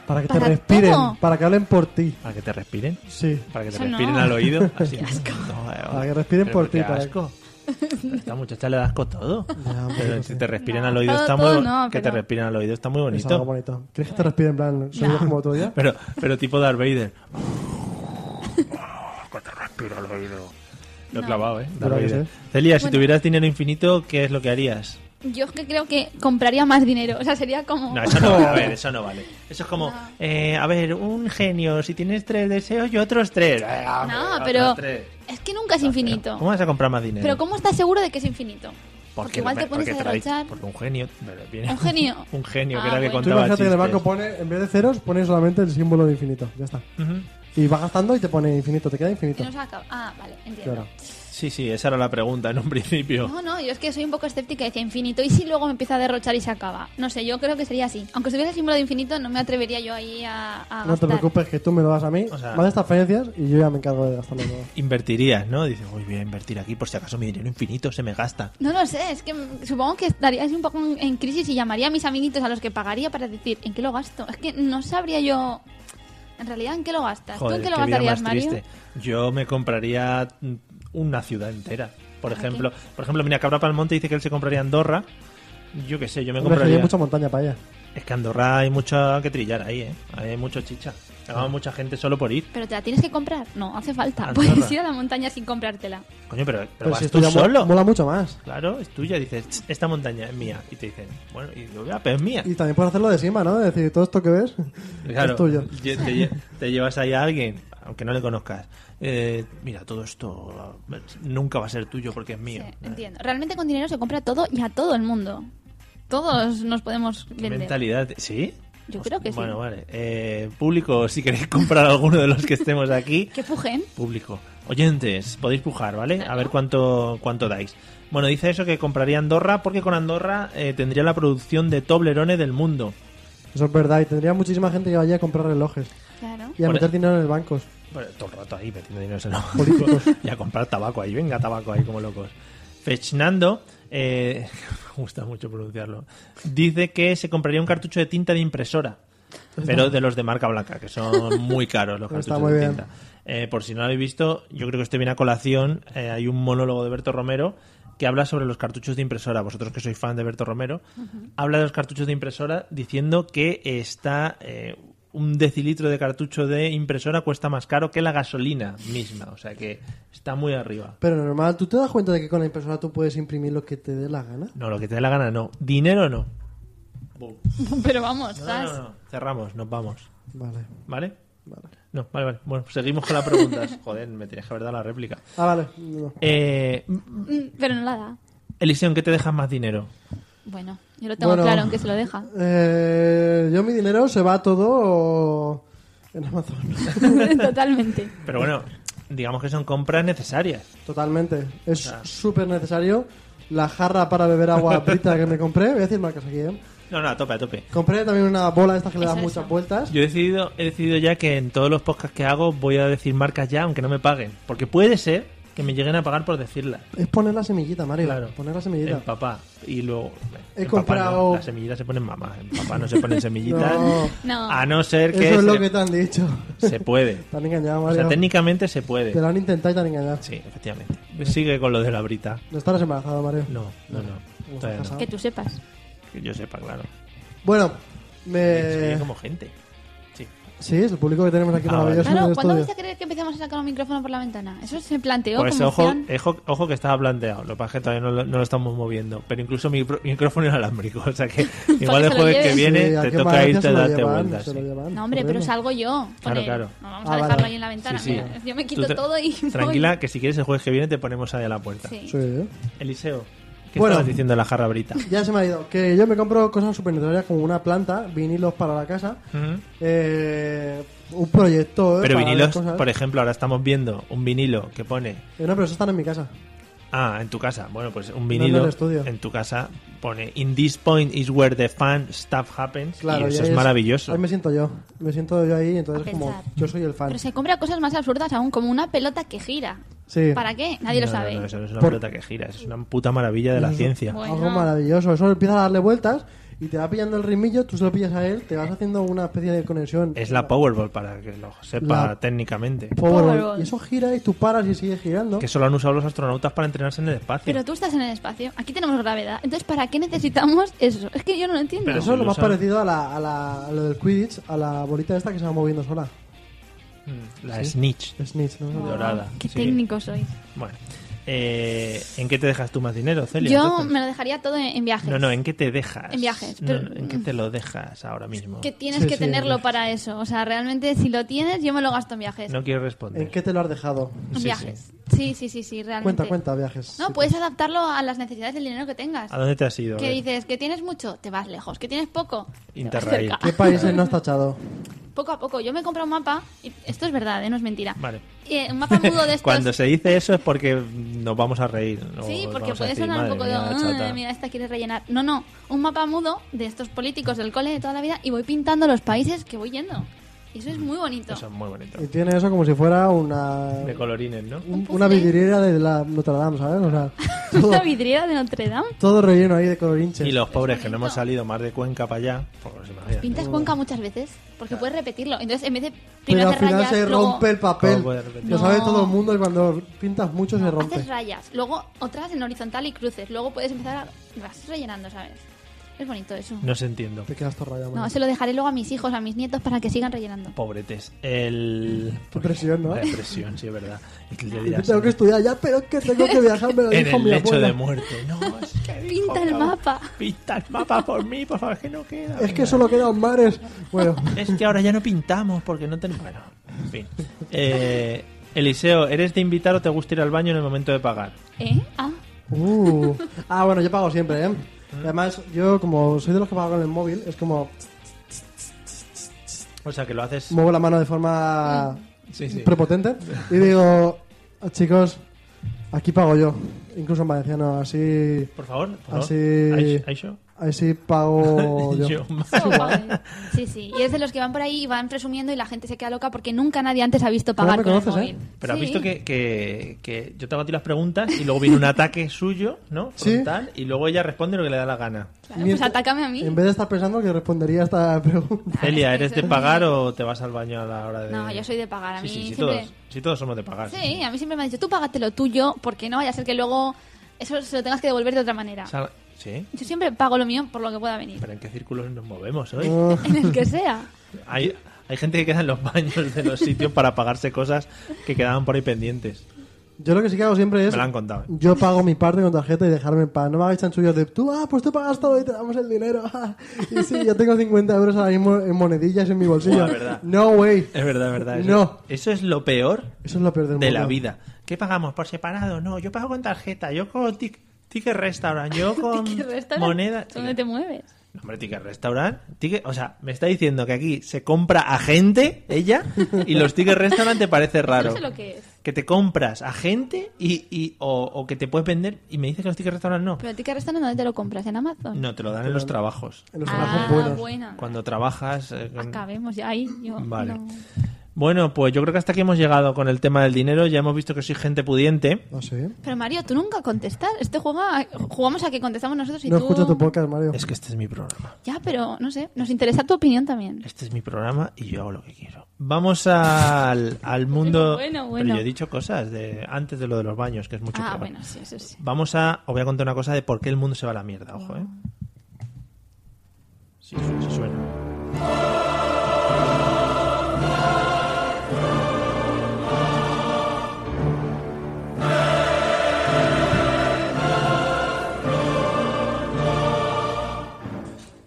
S2: Para que te
S3: Para
S2: respiren,
S3: todo.
S2: para que hablen por ti.
S1: Para que te respiren.
S2: Sí.
S1: Para que te
S3: Eso
S1: respiren
S3: no.
S1: al oído. Así.
S3: [laughs] Qué asco.
S1: No, eh,
S2: Para que respiren
S1: pero
S2: por
S1: qué
S2: ti, para-
S1: asco. Pero Esta muchacha le da asco todo.
S2: Ya, hombre, pues
S1: Pero
S2: no
S1: si
S2: sé.
S1: te respiren
S3: No,
S1: al oído
S3: todo-
S1: está
S3: todo
S1: muy
S3: no,
S1: que te
S3: pero-
S1: respiren al oído está muy
S2: Es algo
S1: bonito.
S2: bonito. ¿Quieres que te respire en plan sonidos
S3: No.
S2: como otro día?
S1: Pero, pero tipo Darth
S2: [laughs]
S1: Vader. Ah, que te respira al oído. Lo he
S3: No.
S1: clavado, ¿eh? Darth
S2: Claro que
S1: Vader.
S2: sí.
S1: Celia, si
S3: Bueno.
S1: tuvieras dinero infinito, ¿qué es lo que harías?
S3: Yo es que creo que compraría más dinero. O sea, sería como.
S1: No, eso no, a
S2: [laughs]
S1: ver, eso no vale. Eso es como,
S3: No.
S1: eh, a ver, un genio, si tienes tres deseos, yo otros tres. Eh, hombre,
S3: No,
S1: otros
S3: pero.
S1: tres.
S3: Es que nunca es infinito.
S1: ¿Cómo vas a comprar más dinero?
S3: Pero ¿cómo estás seguro de que es infinito? Porque igual te
S1: porque
S3: pones a
S1: trae-
S3: derrochar.
S1: Porque un genio. pero viene-
S3: Un genio.
S1: [laughs] un genio, que
S3: Ah,
S1: era que
S3: bueno.
S2: Tú
S1: contaba.
S2: imagínate que en el banco
S1: chistes.
S2: pone, en vez de ceros, pone solamente el símbolo de infinito. Ya está.
S1: Ujú.
S2: Y va gastando y te pone infinito, te queda
S3: Que
S2: infinito.
S3: no se acaba. Ah, vale, entiendo.
S2: Claro.
S1: Sí, sí, esa era la pregunta en un principio.
S3: No, no, yo es que soy un poco escéptica y decía infinito. ¿Y si luego me empieza a derrochar y se acaba? No sé, yo creo que sería así. Aunque estuviera el símbolo de infinito, no me atrevería yo ahí a, a
S2: No te
S3: gastar.
S2: preocupes, que tú me lo das a mí,
S1: O sea-
S2: más de estas experiencias y yo ya me encargo de gastarlo todo.
S1: Invertirías, ¿no? Dices, uy, voy a invertir aquí por si acaso mi dinero infinito se me gasta.
S3: No lo sé, es que mm, supongo que estaría así un poco en, en crisis y llamaría a mis amiguitos a los que pagaría para decir en qué lo gasto. Es que no sabría yo. En realidad, ¿en qué lo gastas? ¿Tú en qué lo
S1: qué vida más
S3: gastarías, Mario?
S1: triste. Yo me compraría mm, una ciudad entera. Por
S3: ¿A qué?
S1: ejemplo, por ejemplo, mira, Cabra Palmonte dice que él se compraría Andorra. Yo qué sé, yo me
S2: Hombre, es que hay
S1: compraría.
S2: mucha montaña para ella.
S1: Es que Andorra hay mucha que trillar ahí, ¿eh? Hay mucho chicha.
S2: Ah.
S1: Hagamos mucha gente solo por ir.
S3: Pero te la tienes que comprar. No, hace falta.
S1: Andorra.
S3: Puedes ir a la montaña sin comprártela.
S1: Coño, pero, pero
S2: Pero
S1: vas
S2: Pues si esto
S1: tú
S2: ya mo-
S1: solo.
S2: mola mucho más.
S1: Claro, es tuya. Dices, "Ch, esta montaña es mía. Y te dicen, bueno, y yo, "Ah, pero es mía.
S2: Y también puedes hacerlo de Sima, ¿no? Es decir, todo esto que ves
S1: Claro, [laughs]
S2: es tuyo.
S1: lle- Te, lle- te llevas ahí a alguien, aunque no le conozcas. Eh, mira, todo esto eh, nunca va a ser tuyo porque es mío.
S3: Sí, entiendo. Realmente con dinero se compra todo y a todo el mundo. Todos nos podemos
S1: Qué
S3: vender.
S1: mentalidad. ¿Sí?
S3: Yo creo que sí.
S1: Bueno, vale. Eh, público, si queréis comprar alguno de los que estemos aquí,
S3: ¿Qué pujen?
S1: público. Oyentes, podéis pujar, ¿vale? A ver cuánto, cuánto dais. Bueno, dice eso que compraría Andorra porque con Andorra eh, tendría la producción de Toblerone del mundo.
S2: Eso es verdad. Y tendría muchísima gente que vaya a comprar relojes
S3: Claro.
S2: y a
S1: Por
S2: meter
S1: e-
S2: dinero en el banco.
S1: Bueno, todo el rato ahí metiendo dinero
S2: [laughs]
S1: en los políticos y a comprar tabaco ahí. Venga, tabaco ahí como locos. Fechnando, eh, [laughs] me gusta mucho pronunciarlo, dice que se compraría un cartucho de tinta de impresora, pero de los de marca blanca, que son muy caros los
S2: Está
S1: cartuchos
S2: muy
S1: de
S2: bien.
S1: tinta. Eh, por si no lo habéis visto, yo creo que estoy bien a colación. eh, hay un monólogo de Berto Romero que habla sobre los cartuchos de impresora. Vosotros que sois fan de Berto Romero, habla de los cartuchos de impresora diciendo que está eh, un decilitro de cartucho de impresora cuesta más caro que la gasolina misma. O sea que está muy arriba.
S2: Pero normal, ¿tú te das cuenta de que con la impresora tú puedes imprimir lo que te dé la gana?
S1: No, lo que te dé la gana, no. Dinero, no.
S3: [laughs] Pero vamos,
S1: No,
S3: ¿sabes?
S1: no, no. Cerramos, nos vamos.
S2: Vale,
S1: ¿Vale?
S2: vale.
S1: No, vale, vale. Bueno, seguimos con las preguntas. Joder, me tenías que haber dado la réplica.
S2: Ah, vale. no.
S1: Eh,
S3: Mm, Pero no la da.
S1: Eliseo, ¿en qué te dejas más dinero?
S3: Bueno, yo lo tengo
S2: Bueno.
S3: claro, aunque se lo
S1: [laughs]
S3: deja. [laughs]
S2: Eh, yo mi dinero se va todo en Amazon. [laughs]
S3: Totalmente.
S1: Pero bueno, digamos que son compras necesarias.
S2: Totalmente. Es súper necesario. La jarra para
S1: [laughs]
S2: beber agua brita que me compré. Voy a decir marcas aquí, ¿eh?
S1: No, no, a tope, a tope.
S2: Compré también una bola de estas que le
S3: Eso,
S2: das muchas
S3: eso.
S2: vueltas.
S1: Yo he decidido, he decidido ya que en todos los podcasts que hago voy a decir marcas ya, aunque no me paguen. Porque puede ser que me lleguen a pagar por decirlas.
S2: Es poner la semillita, Mario.
S1: Claro.
S2: Poner la semillita.
S1: En papá. Y luego.
S2: He
S1: en papá
S2: comprado-
S1: no, las semillitas se ponen mamá. En papá no se
S2: [laughs]
S1: ponen semillitas.
S2: No.
S3: No.
S1: A no ser que,
S2: Eso es
S1: se,
S2: lo que te han dicho.
S1: se
S2: [laughs]
S1: puede.
S2: Te han engañado,
S1: O
S2: Mario.
S1: sea, técnicamente se puede.
S2: Te lo han intentado y te han engañado.
S1: Sí, efectivamente. Sigue con lo de la brita.
S2: No estarás embarazado, Mario.
S1: No, no, no.
S2: Como
S1: Todavía
S2: estás
S1: no.
S3: Que tú sepas.
S1: Que yo sepa, claro.
S2: Bueno,
S1: Sigue
S2: me...
S1: como gente. Sí.
S2: Sí, es el público que tenemos aquí
S1: Ah, vale.
S2: maravilloso en
S3: Claro,
S2: el
S3: ¿cuándo
S2: estudio.
S3: vais a creer que empezamos a sacar un micrófono por la ventana? Eso se planteó
S1: Pues
S3: como
S1: ojo,
S3: opción.
S1: ojo, ojo que estaba planteado, lo que pasa es que todavía no lo, no lo estamos moviendo, pero incluso mi pro- micrófono inalámbrico, [laughs] o sea
S3: [laughs]
S1: que igual el
S3: se lo
S1: jueves que
S3: lleves.
S1: viene
S2: Sí, ¿a
S1: te
S2: qué
S1: toca
S2: Valencia
S1: irte
S2: se
S1: a
S2: lo
S1: darte
S2: llevan?
S1: vueltas.
S2: Se lo
S1: sí.
S2: llevan,
S3: No, hombre, pero
S2: corriendo.
S3: salgo yo. con
S1: Claro,
S3: él.
S1: claro.
S3: No vamos
S2: Ah,
S3: a
S2: vale.
S3: dejarlo ahí en la ventana.
S1: Sí, sí.
S3: mira. Yo me
S1: Tú
S3: quito
S1: tra-
S3: todo y. [laughs] voy.
S1: Tranquila, que si quieres el jueves que viene te ponemos ahí a la puerta.
S3: Sí.
S2: Sí, ¿eh?
S1: Eliseo, ¿Qué
S2: Bueno.
S1: estabas diciendo de la jarra
S3: [laughs]
S1: brita?
S2: Ya se me ha ido. Que yo me compro cosas súper necesarias como una planta, vinilos para la casa,
S1: Ujú.
S2: eh, un proyector.
S1: Pero
S2: para las
S1: vinilos,
S2: cosas.
S1: por ejemplo, ahora estamos viendo un vinilo que pone
S2: Eh, no, pero eso están en mi casa.
S1: Ah, en tu casa. Bueno, pues un
S2: en el
S1: vinilo
S2: estudio.
S1: en tu casa pone In this point is where the fan stuff happens.
S2: Claro,
S1: y
S2: y
S1: eso
S2: ahí
S1: es maravilloso.
S2: Ahí me siento yo. Me siento yo ahí, entonces
S3: A
S2: como
S3: pensar.
S2: yo soy el fan.
S3: Pero se compra cosas más absurdas aún, como una pelota que gira.
S2: Sí.
S3: ¿Para qué? Nadie
S1: No,
S3: lo
S1: no,
S3: sabe.
S1: no, eso no es una
S2: Por-
S1: pelota que gira. eso es una puta maravilla de la ciencia.
S3: Bueno.
S2: Algo maravilloso. Eso empieza a darle vueltas y te va pillando el ritmillo, tú se lo pillas a él, te vas haciendo una especie de conexión.
S1: Es la Powerball, para que lo sepa
S2: La-
S1: técnicamente.
S2: Powerball.
S3: Powerball.
S2: Y eso gira y tú paras y sigue girando.
S1: Que solo han usado los astronautas para entrenarse en el espacio.
S3: Pero tú estás en el espacio, aquí tenemos gravedad. Entonces, ¿para qué necesitamos eso? Es que yo no lo entiendo.
S1: Pero
S2: Eso es lo más
S1: Ilusa.
S2: parecido a, la, a, la- a lo del Quidditch, a la bolita esta que se va moviendo sola.
S1: Mm, La Snitch.
S2: Snitch, ¿no?
S3: Wow,
S1: dorada,
S3: Ah, Qué
S1: sí.
S3: técnico soy.
S1: Bueno. eh, ¿En qué te dejas tú más dinero, Celia?
S3: yo
S1: entonces?
S3: me lo dejaría todo en, en viajes.
S1: No, no, ¿en qué te dejas?
S3: En viajes,
S1: No,
S3: pero-
S1: no, ¿En qué te lo dejas ahora mismo?
S3: Que tienes
S2: Sí,
S3: que
S2: sí,
S3: tenerlo
S2: en viajes.
S3: para eso. O sea, realmente si lo tienes, yo me lo gasto en viajes.
S1: No quiero responder.
S2: ¿En qué te lo has dejado?
S3: en
S1: sí,
S3: viajes. Sí, sí, sí, sí, realmente.
S2: Cuenta, cuenta, viajes.
S3: No, pues- puedes adaptarlo a las necesidades del dinero que tengas.
S1: pues. ¿A dónde te has ido? A
S3: Que
S1: ver.
S3: dices que tienes mucho, te vas lejos. Que tienes poco, te vas
S1: Interrail.
S3: cerca.
S2: ¿Qué países no has tachado?
S3: Poco a poco. Yo me he comprado un mapa. Y esto es verdad, eh, no es mentira.
S1: Vale.
S3: Eh, un mapa
S1: [laughs]
S3: mudo de estos.
S1: Cuando se dice eso es porque nos vamos a reír. o
S3: Sí, porque
S1: vamos a
S3: puede
S1: decir,
S3: sonar un
S1: "Madre
S3: poco de,
S1: mía,
S3: "Ah,
S1: chata".
S3: mira, esta quiere rellenar. No, no, un mapa mudo de estos políticos del cole de toda la vida y voy pintando los países que voy yendo. Y eso es muy bonito. [laughs]
S1: Eso es muy bonito.
S2: Y tiene eso como si fuera una.
S1: De colorines, ¿no?
S2: un-
S3: puzzle.
S2: una vidriera de la Notre Dame, ¿sabes? O
S3: [laughs]
S2: sea, todo,
S3: Una vidriera de Notre Dame.
S2: todo relleno ahí de colorinches.
S1: Y los pobres que no
S3: bonito.
S1: hemos salido más de Cuenca para allá, pues imagínate.
S3: Pintas Cuenca muchas veces porque puedes repetirlo. Entonces, en vez de
S2: Pero
S3: primero
S2: al
S3: hacer
S2: final
S3: rayas,
S2: se
S3: luego
S2: rompe el papel.
S1: ¿Cómo puede repetir?
S2: Lo sabe
S3: No.
S2: todo el mundo y cuando pintas mucho se rompe.
S3: haces rayas, luego otras en horizontal y cruces. Luego puedes empezar a... Vas rellenando, ¿sabes? Es bonito eso.
S1: No se entiendo.
S2: Te quedas todo rayado.
S3: No,
S2: man.
S3: se lo dejaré luego a mis hijos, a mis nietos para que sigan rellenando.
S1: Pobretes. El...
S2: Depresión, ¿no?
S1: Depresión, sí, es verdad. Y tú le
S2: Y
S1: dirás,
S2: [laughs] tengo que estudiar ya, pero es que tengo que viajar, me lo
S1: en
S2: dijo
S1: el
S2: mi
S1: lecho
S2: abuela.
S1: de muerte. No, es que,
S3: [laughs] Pinta
S1: por
S3: el
S1: favor,
S3: mapa.
S1: Pinta el mapa por mí, por favor, que no queda.
S2: Es que
S1: Venga.
S2: solo quedan mares. Bueno,
S1: Es que ahora ya no pintamos porque no tenemos. Bueno, en fin. Eh, Eliseo, ¿eres de invitar o te gusta ir al baño en el momento de pagar?
S3: ¿Eh? Ah,
S2: uh. Ah, bueno, yo pago siempre, ¿eh? Y Además, yo como soy de los que pago con el móvil, es como
S1: O sea, que lo haces.
S2: muevo la mano de forma
S1: Sí, sí.
S2: prepotente y digo, "Ah, chicos, aquí pago yo. Incluso en valenciano, así,
S1: Por favor, por favor.
S2: Así-
S1: Aisho- Aisho.
S2: así [laughs] pago
S1: [laughs]
S2: yo.
S1: Yo, ma-
S3: qué guay. Sí, sí. Y es de los que van por ahí y van presumiendo y la gente se queda loca porque nunca nadie antes ha visto pagar
S2: Ahora me
S3: con el
S2: conoces, ¿eh?
S3: móvil.
S1: Pero has
S3: Sí.
S1: visto que, que, que yo te hago a ti las preguntas y luego viene
S3: [laughs]
S1: un ataque suyo, ¿no?
S2: Sí.
S1: Frontal, y luego ella responde lo que le da la gana.
S3: Claro, pues
S2: Mientras-
S3: atácame a mí.
S2: En vez de estar pensando que respondería a esta [laughs] pregunta.
S1: Celia,
S3: que
S1: ¿eres
S3: eso
S1: de
S3: es
S1: pagar
S3: muy-
S1: o te vas al baño a la hora de.?
S3: No, yo soy de pagar. A
S1: Sí,
S3: mí
S1: sí, sí,
S3: siempre...
S1: todos, sí, todos somos de pagar.
S3: Sí, a mí siempre me han dicho, tú págate lo tuyo porque no vaya a ser que luego eso se lo tengas que devolver de otra manera.
S1: O sea, sí,
S3: Yo siempre pago lo mío por lo que pueda venir.
S1: pero ¿en qué círculos nos movemos hoy?
S2: Ah,
S3: [laughs] En el que sea.
S1: [laughs] Hay, hay gente que queda en los baños de los sitios para pagarse cosas que quedaban por ahí pendientes.
S2: Yo lo que sí que hago siempre es...
S1: Me lo han contado.
S3: Mm.
S1: ¿eh?
S2: Yo pago mi parte con tarjeta y dejarme en paz. No me hagáis chanchullos de tú, ah, pues tú pagas todo y te damos el dinero. [laughs] ah". Y sí, yo tengo 50 euros ahora mismo en monedillas en mi bolsillo.
S1: Buah, verdad.
S2: No way.
S1: Es verdad, es verdad. Eso,
S2: No.
S1: Eso es lo peor
S2: Eso es lo peor del
S1: de
S2: mundo.
S1: la vida. ¿Qué pagamos? ¿Por separado? No, yo pago con tarjeta, yo con tic- ticket restaurant,
S3: [laughs]
S1: yo con
S3: ¿Qué restaurante?
S1: moneda.
S3: ¿Dónde te mueves?
S1: No, hombre, ticket restaurant. Ticket, o sea, me está diciendo que aquí se compra a gente,
S3: [laughs]
S1: ella, y los ticket restaurant te parece raro.
S3: No sé lo que es.
S1: Que te compras a gente y, y- o, o que te puedes vender y me dices que los ticket restaurant no.
S3: Pero el ticket restaurante, ¿dónde te lo compras? ¿En Amazon?
S1: No, te lo dan en los trabajos.
S2: En los
S3: Ah,
S2: trabajos buenos.
S3: buena.
S1: Cuando trabajas. eh, con-
S3: Acabemos ya ahí. Yo,
S1: Vale.
S3: no.
S1: Bueno, pues yo creo que hasta aquí hemos llegado con el tema del dinero. Ya hemos visto que soy gente pudiente.
S2: No sé.
S3: Pero Mario, tú nunca contestas. Este juega, jugamos a que contestamos nosotros y
S2: No
S3: tú.
S2: escucho tu podcast, Mario.
S1: Es que este es mi programa.
S3: Ya, pero no sé. Nos interesa tu opinión también.
S1: Este es mi programa y yo hago lo que quiero. Vamos al, al mundo.
S3: Bueno, bueno.
S1: Pero yo he dicho cosas de, antes de lo de los baños, que es mucho
S3: Ah,
S1: peor.
S3: bueno, sí, eso sí.
S1: Vamos a. Os voy a contar una cosa de por qué el mundo se va a la mierda, ojo, ¿eh? Sí, su- sí suena.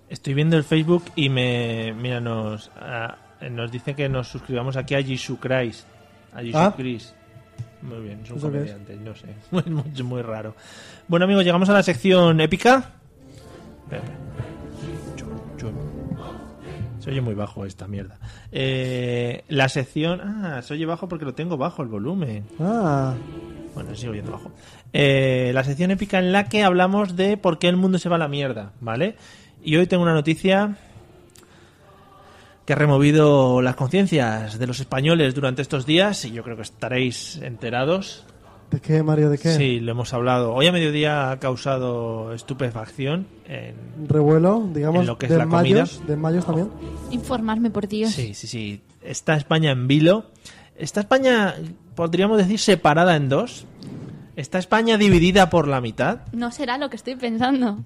S1: Estoy viendo el Facebook y me. Mira, nos. ah, nos dice que nos suscribamos aquí a Jesus Christ. A Jesus
S2: Ah.
S1: Christ. Muy bien, es un
S2: ¿Eso qué es?
S1: comediante, no sé. [laughs] Es muy, muy raro. Bueno, amigos, llegamos a la sección épica. Espera, espera. Chum, chum. Se oye muy bajo esta mierda. Eh, la sección. Ah, se oye bajo porque lo tengo bajo el volumen.
S2: Ah,
S1: Bueno, sigo yendo abajo. Eh, la sección épica en la que hablamos de por qué el mundo se va a la mierda, ¿vale? Y hoy tengo una noticia que ha removido las conciencias de los españoles durante estos días y yo creo que estaréis enterados.
S2: ¿de qué, Mario? ¿De qué?
S1: Sí, lo hemos hablado. Hoy a mediodía ha causado estupefacción en
S2: Revuelo, digamos,
S1: En lo que es
S2: de
S1: la
S2: mayos,
S1: comida.
S2: de mayos también.
S3: Informarme, por Dios.
S1: Sí, sí, sí. Está España en vilo. Está España, podríamos decir, separada en dos. Está España dividida por la mitad.
S3: No será lo que estoy pensando.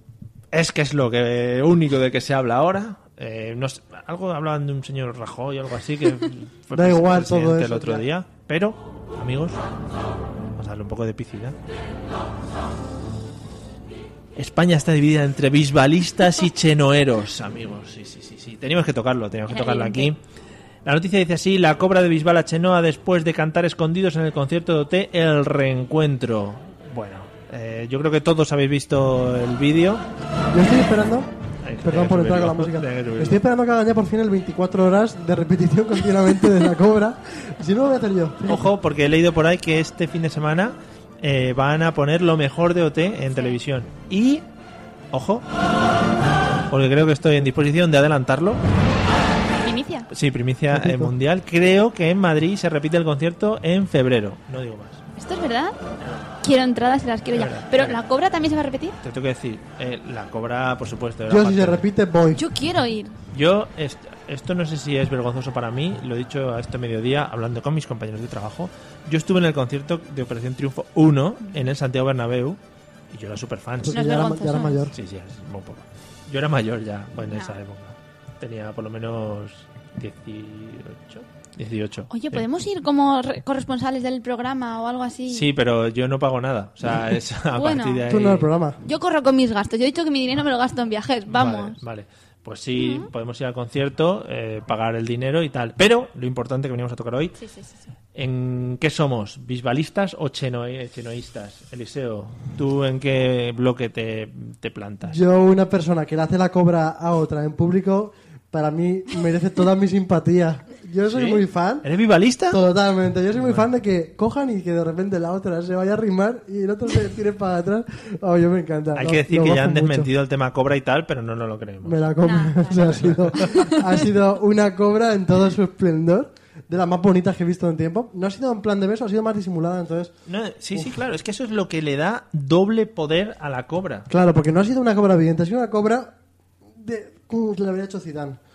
S1: Es que es lo que único de que se habla ahora. Eh, no sé, algo hablaban de un señor Rajoy o algo así
S2: [laughs]
S1: que fue
S2: Da
S1: pres-
S2: igual
S1: presidente
S2: todo
S1: el
S2: eso,
S1: otro
S2: ya.
S1: día. Pero, amigos, vamos a darle un poco de piscina. España está dividida entre bisbalistas y chenoeros, amigos. Sí, sí, sí, sí. Teníamos que tocarlo, teníamos que
S3: Era
S1: tocarlo aquí.
S3: evidente.
S1: La noticia dice así, la cobra de Bisbal a Chenoa después de cantar escondidos en el concierto de OT El Reencuentro. Bueno, eh, yo creo que todos habéis visto el vídeo.
S2: Yo estoy esperando.
S1: Ahí,
S2: Perdón
S1: tenía
S2: por
S1: que
S2: entrar con la
S1: subirlo.
S2: música.
S1: Tenía que subirlo.
S2: Estoy esperando que hagan ya por fin el 24 horas de repetición [laughs] continuamente de la cobra. Si no, lo voy a hacer yo.
S1: Ojo, porque he leído por ahí que este fin de semana eh, van a poner lo mejor de OT en televisión. Y, ojo, porque creo que estoy en disposición de adelantarlo.
S3: Inicia.
S1: Sí, primicia eh,
S2: Perfecto.
S1: mundial. Creo que en Madrid se repite el concierto en febrero. No digo más.
S3: ¿Esto es verdad? Quiero entradas y las quiero
S1: Es verdad,
S3: ya. Pero
S1: es verdad.
S3: la cobra también se va a repetir.
S1: Te tengo que decir, eh, la cobra, por supuesto. era
S2: Yo,
S1: parte
S2: si se
S1: de-
S2: repite, voy.
S3: Yo quiero ir.
S1: Yo, est- esto no sé si es vergonzoso para mí, lo he dicho a este mediodía hablando con mis compañeros de trabajo. Yo estuve en el concierto de Operación Triunfo 1 en el Santiago Bernabéu y yo era súper fan.
S2: Porque
S3: No es
S2: ya, era,
S3: vergonzoso.
S2: ya era mayor.
S1: Sí, sí, es muy poco. Yo era mayor ya en
S3: Ah.
S1: esa época. Tenía por lo menos 18. 18.
S3: Oye,
S1: Sí.
S3: ¿podemos ir como re- corresponsales del programa o algo así?
S1: Sí, pero yo no pago nada. O
S3: [laughs]
S1: sea, es a
S3: Bueno.
S1: partir de ahí.
S2: Tú no el programa.
S3: Yo corro con mis gastos. Yo he dicho que mi dinero me lo gasto en viajes. Vamos.
S1: Vale, vale. Pues sí, podemos ir al concierto, eh, pagar el dinero y tal. Pero lo importante que venimos a tocar hoy
S3: Sí, sí, sí, sí.
S1: ¿En qué somos? ¿Bisbalistas o chenoe- chenoístas? Eliseo, ¿tú en qué bloque te, te plantas?
S2: Yo, una persona que le hace la cobra a otra en público, para mí merece toda mi simpatía. Yo soy
S1: ¿Sí?
S2: muy fan.
S1: ¿Eres bibalista?
S2: Totalmente, yo soy muy fan de que cojan y que de repente la otra se vaya a rimar y el otro se tire para atrás. Oh, yo me encanta.
S1: Hay
S2: Lo-
S1: que decir
S2: lo
S1: que ya
S2: bajo
S1: han
S2: mucho.
S1: desmentido el tema cobra y tal, pero no nos lo creemos.
S2: Me la como.
S3: Nah,
S2: [laughs] O sea, ha, sido, ha sido una cobra en todo su esplendor, de las más bonitas que he visto en tiempo. No ha sido en plan de beso, ha sido más disimulada, entonces.
S1: No, sí, sí, claro, es que eso es lo que le da doble poder a la cobra.
S2: Claro, porque no ha sido una cobra evidente, ha sido una cobra de, como que le habría hecho Zidane.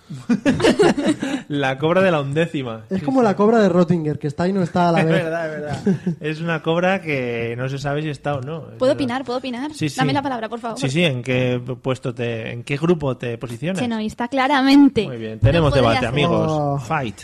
S1: La cobra de la undécima.
S2: Es como la cobra de Rottinger, que está y no está a la
S1: Es
S2: vez.
S1: verdad, es verdad. Es una cobra que no se sabe si está o no. es
S3: ¿Puedo
S1: verdad.
S3: opinar? ¿Puedo opinar?
S1: Sí, sí.
S3: Dame la palabra, por favor.
S1: Sí, sí, ¿en qué puesto te, en qué grupo te posicionas?
S3: Chenoísta, claramente.
S1: Muy bien, tenemos
S3: No
S1: debate,
S3: podría ser.
S1: amigos.
S2: Oh.
S1: Fight.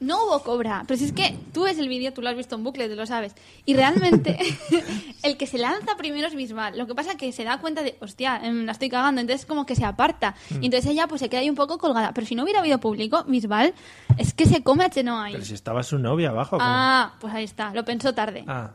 S3: No hubo cobra, pero si es que tú ves el vídeo, tú lo has visto en bucle, te lo sabes. Y realmente [laughs] el que se lanza primero es Bisbal. Lo que pasa es que se da cuenta de, hostia, em, la estoy cagando, entonces como que se aparta.
S1: Mm.
S3: Y entonces ella pues se queda ahí un poco colgada. Pero si no hubiera habido público, Bisbal es que se come a Chenoa ahí.
S1: Pero si estaba su novia abajo. ¿cómo?
S3: Ah, pues ahí está, lo pensó tarde.
S1: Ah,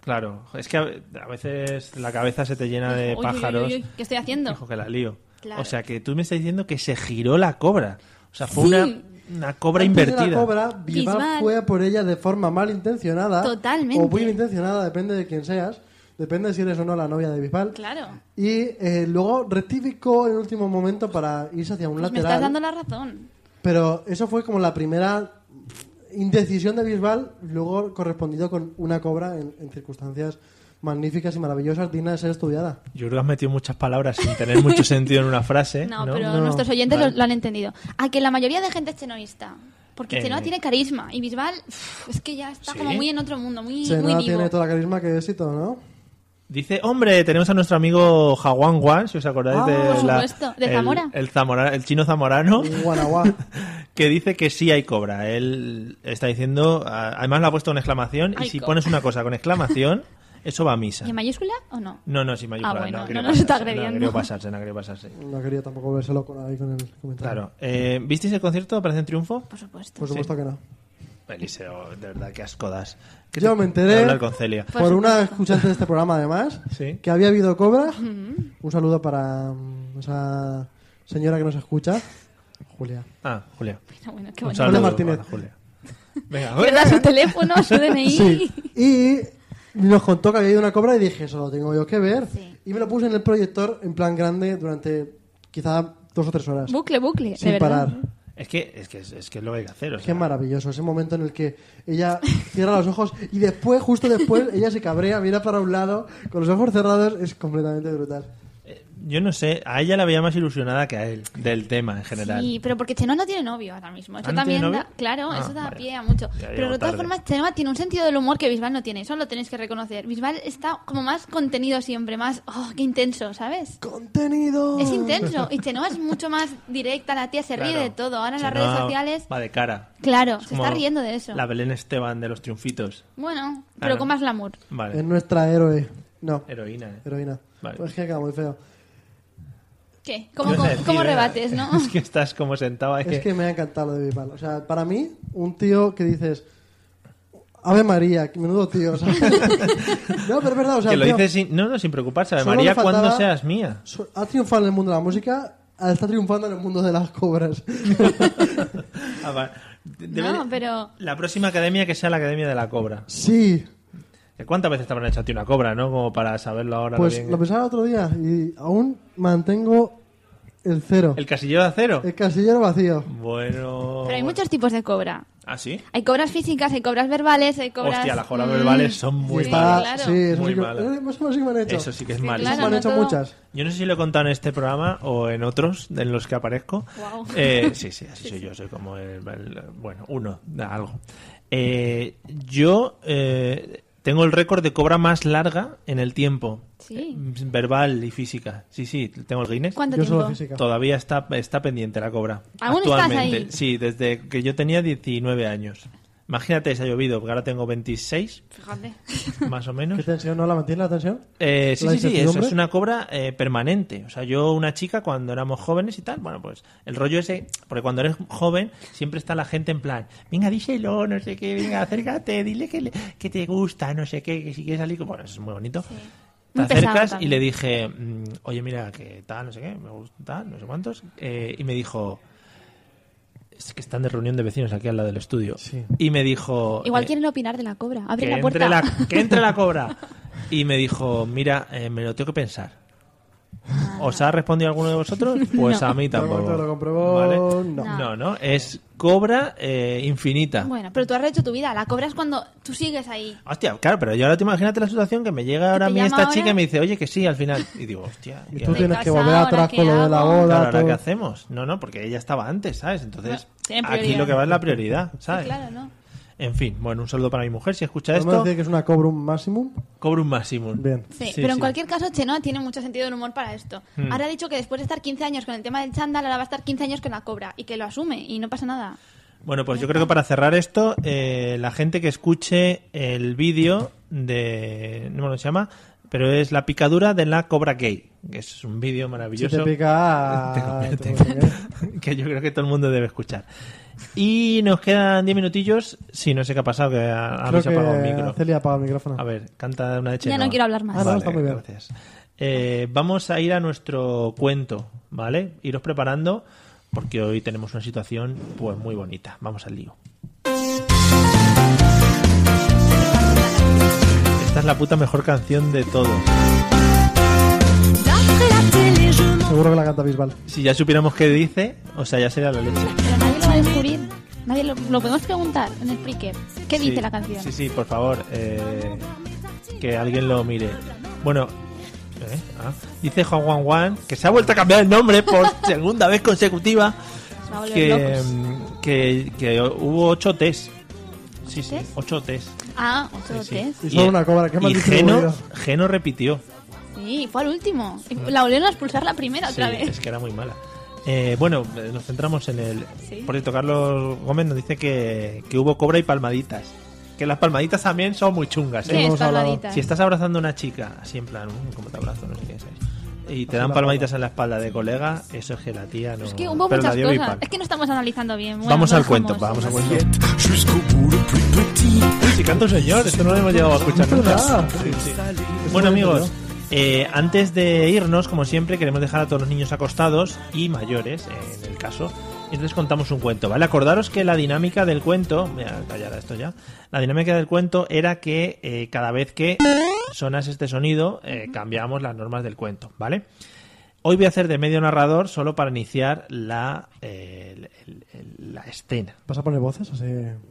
S1: claro. Es que a a veces la cabeza se te llena de
S3: Uy, uy, uy,
S1: pájaros.
S3: uy, uy, ¿Qué estoy haciendo?
S1: Dijo que la lío.
S3: Claro.
S1: O sea, que tú me estás diciendo que se giró la cobra. O sea, fue
S3: Sí.
S1: una, una cobra
S2: Antes de
S1: invertida.
S2: La cobra, Bisbal
S3: Bisbal.
S2: fue a por ella de forma malintencionada.
S3: Totalmente.
S2: O bien intencionada, depende de quién seas. Depende de si eres o no la novia de Bisbal.
S3: Claro.
S2: Y eh, luego rectificó en el último momento para irse hacia un
S3: Pues me
S2: lateral.
S3: estás dando la razón.
S2: Pero eso fue como la primera indecisión de Bisbal, luego correspondido con una cobra en, en circunstancias magníficas y maravillosas, digna de ser estudiada.
S1: Yo creo que has metido muchas palabras sin tener
S3: [laughs]
S1: mucho sentido en una frase. No,
S3: No, pero nuestros oyentes lo, lo han entendido. A que la mayoría de gente es chenoísta. Porque
S1: Eh.
S3: Chenoa tiene carisma y Bisbal uf, es que ya está
S1: ¿Sí?
S3: como muy en otro mundo, muy, muy
S2: Chenoa
S3: vivo.
S2: tiene toda la carisma que éxito, ¿no?
S1: Dice, hombre, tenemos a nuestro amigo Jaguán Juan, si os acordáis
S2: Ah,
S1: de
S2: por
S1: la-
S3: supuesto, de
S1: el,
S3: Zamora.
S1: El, zamora- el chino zamorano.
S3: [laughs]
S2: Guanaguá.
S1: [laughs] que dice que sí hay cobra. Él está diciendo, a- además lo ha puesto una exclamación, y
S3: Hay
S1: si
S3: cobra.
S1: pones una cosa con
S3: [laughs]
S1: exclamación, eso va a misa.
S3: ¿Y en mayúscula o no?
S1: No, no, sin mayúscula.
S3: Ah, bueno,
S1: no, creo
S3: no nos está
S1: pasarse, No,
S3: agrediendo.
S1: creo pasarse, no, creo pasarse.
S2: No quería tampoco verse loco ahí con el comentario.
S1: Claro. Eh, ¿Visteis el concierto de Operación Triunfo?
S3: Por supuesto.
S2: Por supuesto que no.
S1: Eliseo, de verdad, qué asco das. ¿Qué
S2: Yo
S1: te-
S2: me enteré-
S1: de hablar con Celia.
S3: Por
S2: por una
S3: supuesto.
S2: escuchante de este programa, además,
S1: Sí.
S2: que había habido cobra. Un saludo para mm, esa señora que nos escucha, Julia.
S1: Ah, Julia.
S3: Bueno, bueno, qué
S1: Un
S3: bonito.
S1: saludo
S2: Julia Martínez.
S1: a Julia. [laughs] Venga,
S3: ¿Verdad? Su teléfono, su DNI.
S2: Sí. Y nos contó que había ido una cobra y dije, eso lo tengo yo que ver.
S3: Sí.
S2: Y me lo puse en el proyector en plan grande durante quizá dos o tres horas.
S3: Bucle, bucle,
S2: sin
S3: de verdad.
S2: parar.
S1: Es que es, que, es, es que es lo que hay que hacer. O
S2: Qué
S1: sea,
S2: maravilloso, ese momento en el que ella cierra los ojos y después, justo después, ella se cabrea, mira para un lado, con los ojos cerrados, es completamente brutal.
S1: eh, yo no sé, a ella la veía más ilusionada que a él, del tema en general.
S3: Sí, pero porque Chenoa no tiene novio ahora mismo. Eso
S1: ¿Ah, no
S3: también
S1: tiene
S3: da,
S1: novio?
S3: claro,
S1: Ah,
S3: eso da
S1: vale.
S3: pie a mucho.
S1: Ya
S3: Pero
S1: llego
S3: de todas
S1: tarde.
S3: formas, Chenoa tiene un sentido del humor que Bisbal no tiene. Eso lo tenéis que reconocer. Bisbal está como más contenido siempre, más, oh, qué intenso, ¿sabes?
S2: ¡Contenido!
S3: Es intenso. Y Chenoa es mucho más directa, la tía se ríe
S1: Claro.
S3: de todo. Ahora en las
S1: Chenoa
S3: redes sociales,
S1: Va de cara.
S3: claro,
S1: Es
S3: se
S1: como
S3: está riendo de eso.
S1: La Belén Esteban de los triunfitos.
S3: Bueno, pero
S1: Claro.
S3: con más glamour.
S1: Vale.
S2: Es nuestra héroe. No,
S1: Heroína, ¿eh?
S2: heroína.
S1: Vale.
S2: Pues es que queda muy feo.
S3: ¿Qué? ¿Cómo,
S1: Yo
S3: cómo,
S1: sé decir,
S3: cómo
S1: ¿verdad?
S3: rebates, no?
S1: Es que estás como sentado ahí.
S2: Es que me ha encantado lo de Bisbal. O sea, para mí, un tío que dices. Ave María, qué menudo tío. o sea. [laughs] no, pero es verdad. O sea,
S1: que lo
S2: tío,
S1: dices sin, no, no, sin preocuparse. Ave
S2: Solo le
S1: María,
S2: faltaba-
S1: cuando seas mía.
S2: so- Ha triunfado en el mundo de la música, está triunfando en el mundo de las cobras. [laughs]
S1: Ah, va. De- [laughs] debe-
S3: No, pero-
S1: La próxima academia que sea la Academia de la Cobra.
S2: sí.
S1: ¿Que ¿Cuántas veces te habrán echado a ti una cobra, no? Como para saberlo ahora.
S2: Pues
S1: bien. eh.
S2: lo pensaba otro día y aún mantengo el cero.
S1: ¿El casillero de acero?
S2: El casillero vacío.
S1: Bueno...
S3: Pero hay muchos tipos de cobra.
S1: ¿Ah, sí?
S3: Hay cobras físicas, hay cobras verbales, hay cobras...
S1: Hostia, las cobras
S3: Mm.
S1: verbales son muy
S2: Y
S1: malas.
S2: está-
S3: claro.
S2: Sí, eso
S1: Muy
S2: sí que,
S1: mala.
S2: eh, más o menos sí que me han hecho.
S1: Eso sí que es
S3: que
S1: malo.
S2: Esas me
S3: Claro,
S2: han
S3: no
S2: hecho
S3: todo.
S2: muchas.
S1: Yo no sé si lo he contado en este programa o en otros en los que aparezco.
S3: Guau. [laughs]
S1: Eh, sí, sí, así soy yo, soy como el, el- bueno, uno, algo. Eh, yo eh, tengo el récord de cobra más larga en el tiempo, eh,
S3: Sí.
S1: verbal y física. Sí, sí, tengo el Guinness.
S3: ¿Cuánto
S2: Yo solo
S3: tiempo?
S2: física.
S1: Todavía está, está pendiente la cobra.
S3: ¿Aún estás
S1: actualmente.
S3: ahí?
S1: Sí, desde que yo tenía 19 años. Imagínate, se ha llovido, porque ahora tengo
S3: [laughs]
S1: 26,
S3: Fíjate.
S1: más o
S2: ¿Qué
S1: menos.
S2: tensión? ¿No la mantienes la tensión?
S1: Eh, sí,
S2: ¿La
S1: sí, sí, eso
S2: incertidumbre?
S1: es una cobra eh, permanente. O sea, yo, una chica, cuando éramos jóvenes y tal, bueno, pues el rollo ese, porque cuando eres joven siempre está la gente en plan, venga, díselo, no sé qué, venga, acércate, dile que, le- que te gusta, no sé qué, que si quieres salir, con-". bueno, eso es muy bonito. Te
S3: Muy pesado
S1: acercas y
S3: también.
S1: le dije, mm, oye, mira, que tal, no sé qué, me gusta, tal, no sé cuántos, eh, y me dijo... Es que están de reunión de vecinos aquí al lado del estudio.
S2: Sí.
S1: Y me dijo...
S3: Igual
S1: eh,
S3: quieren opinar de la cobra. Abre
S1: que
S3: la puerta.
S1: entre
S3: [laughs]
S1: la, que entre la cobra. Y me dijo, mira, eh, me lo tengo que pensar.
S3: Ah.
S1: ¿Os ha respondido alguno de vosotros? Pues a mí tampoco.
S2: momento lo compruebo, no.
S1: no. no, Es cobra eh, infinita.
S3: Bueno, pero tú has rehecho tu vida. La cobra es cuando tú sigues ahí.
S1: Hostia, claro, pero yo ahora te imagínate la situación que me llega ahora a
S3: te
S1: mí
S3: llama
S1: esta
S3: ahora?
S1: chica y me dice, oye, que sí, al final. Y digo, hostia,
S2: Y
S1: ¿y
S2: tú
S1: ahora-
S2: tienes
S3: casa,
S2: que volver
S3: ahora
S2: atrás
S3: qué
S2: con lo de la
S3: hago?
S2: boda.
S1: claro, ahora
S2: todo.
S1: qué hacemos? No, no, porque ella estaba antes, ¿sabes? Entonces,
S3: Bueno, tiene
S1: aquí
S3: prioridad.
S1: lo que va es la prioridad, ¿sabes?
S3: Sí, claro, ¿no?
S1: En fin, bueno, un saludo para mi mujer. Si escucha
S2: Podemos
S1: esto,
S2: decir que es una cobra un maximum.
S1: cobro un máximo.
S2: Bien.
S3: Sí,
S1: Sí,
S3: pero en
S1: sí. Hmm.
S3: cualquier caso, Chenoa tiene mucho sentido del humor para esto. Ahora ha dicho que después de estar 15 años con el tema del chándal, ahora va a estar 15 años con la cobra y que lo asume y no pasa nada.
S1: Bueno, pues yo creo que para cerrar esto, eh, la gente que escuche el vídeo de. No me lo llama, pero es la picadura de la cobra gay. Que es un vídeo
S2: Si
S1: maravilloso [laughs]
S2: te pica...
S1: Te
S2: te
S1: convierte. [laughs]
S2: convierte.
S1: que yo creo que todo el mundo debe escuchar. Y nos quedan 10 minutillos. Sí, no sé qué ha pasado, que a, a mí
S2: Creo
S1: se ha apagado el
S2: que
S1: micro.
S2: Celia apaga el micrófono.
S1: [laughs] A ver, canta una de
S3: Ya no
S1: Chenoa.
S3: quiero hablar más.
S2: Ah, no, está muy bien.
S1: Gracias. Eh, vamos a ir a nuestro cuento, ¿vale? Iros preparando porque hoy tenemos una situación pues muy bonita. Vamos al lío. Esta es la puta mejor canción de todos.
S2: Seguro que la canta Bisbal.
S1: Si ya supiéramos qué dice, o sea, ya sería la leche.
S3: Pero nadie lo va a descubrir. Nadie lo, lo podemos preguntar en el Spreaker. ¿Qué
S1: Sí,
S3: dice la canción?
S1: Sí, sí, por favor, eh, que alguien lo mire. Bueno, ¿eh? Ah, dice Juan Juan Juan, que se ha vuelto a cambiar el nombre
S3: [laughs]
S1: por segunda vez consecutiva,
S3: Va a volver
S1: que,
S3: locos.
S1: mm, que, que hubo ocho test. Sí, sí,
S3: ¿Test?
S1: ocho test.
S3: Ah, otro
S1: Sí, sí.
S3: test.
S2: Y solo una cobra, qué mal
S1: y
S2: distribuido.
S1: Geno, Geno repitió.
S3: Sí, fue al último. Y La volvieron a expulsar la primera
S1: Sí,
S3: otra vez.
S1: es que era muy mala. Eh, bueno, eh, nos centramos en el...
S3: Sí.
S1: Por cierto, Carlos Gómez nos dice que, que hubo cobra y palmaditas. Que las palmaditas también son muy chungas. ¿eh?
S3: ¿Qué es
S2: hemos hablado.
S3: palmadita?
S1: "Uh, Si estás abrazando a una chica, así en plan, "Mm, ¿cómo te abrazo? No sé qué ¿sabes? y te dan palmaditas en la espalda de colega, eso es que la tía no.
S3: Es que hubo
S1: pero la
S3: muchas
S1: dio
S3: cosas.
S1: bipal.
S3: Es que no estamos analizando bien. Bueno,
S1: vamos
S3: lo
S1: al cuento,
S3: dejamos.
S1: vamos al cuento.
S5: jusqu'au bout le plus petit.
S1: Si canta un señor, esto no lo hemos llegado a escuchar nunca.
S2: verdad.
S1: Sí, sí. Bueno, amigos, eh, antes de irnos, como siempre, queremos dejar a todos los niños acostados y mayores, eh, en el caso. Entonces contamos un cuento, ¿vale? Acordaros que la dinámica del cuento, mira, callada esto ya, la dinámica del cuento era que eh, cada vez que sonas este sonido, eh, cambiamos las normas del cuento, ¿vale? Hoy voy a hacer de medio narrador solo para iniciar la, eh, el- el- el- la escena.
S2: ¿Vas a poner voces? Así...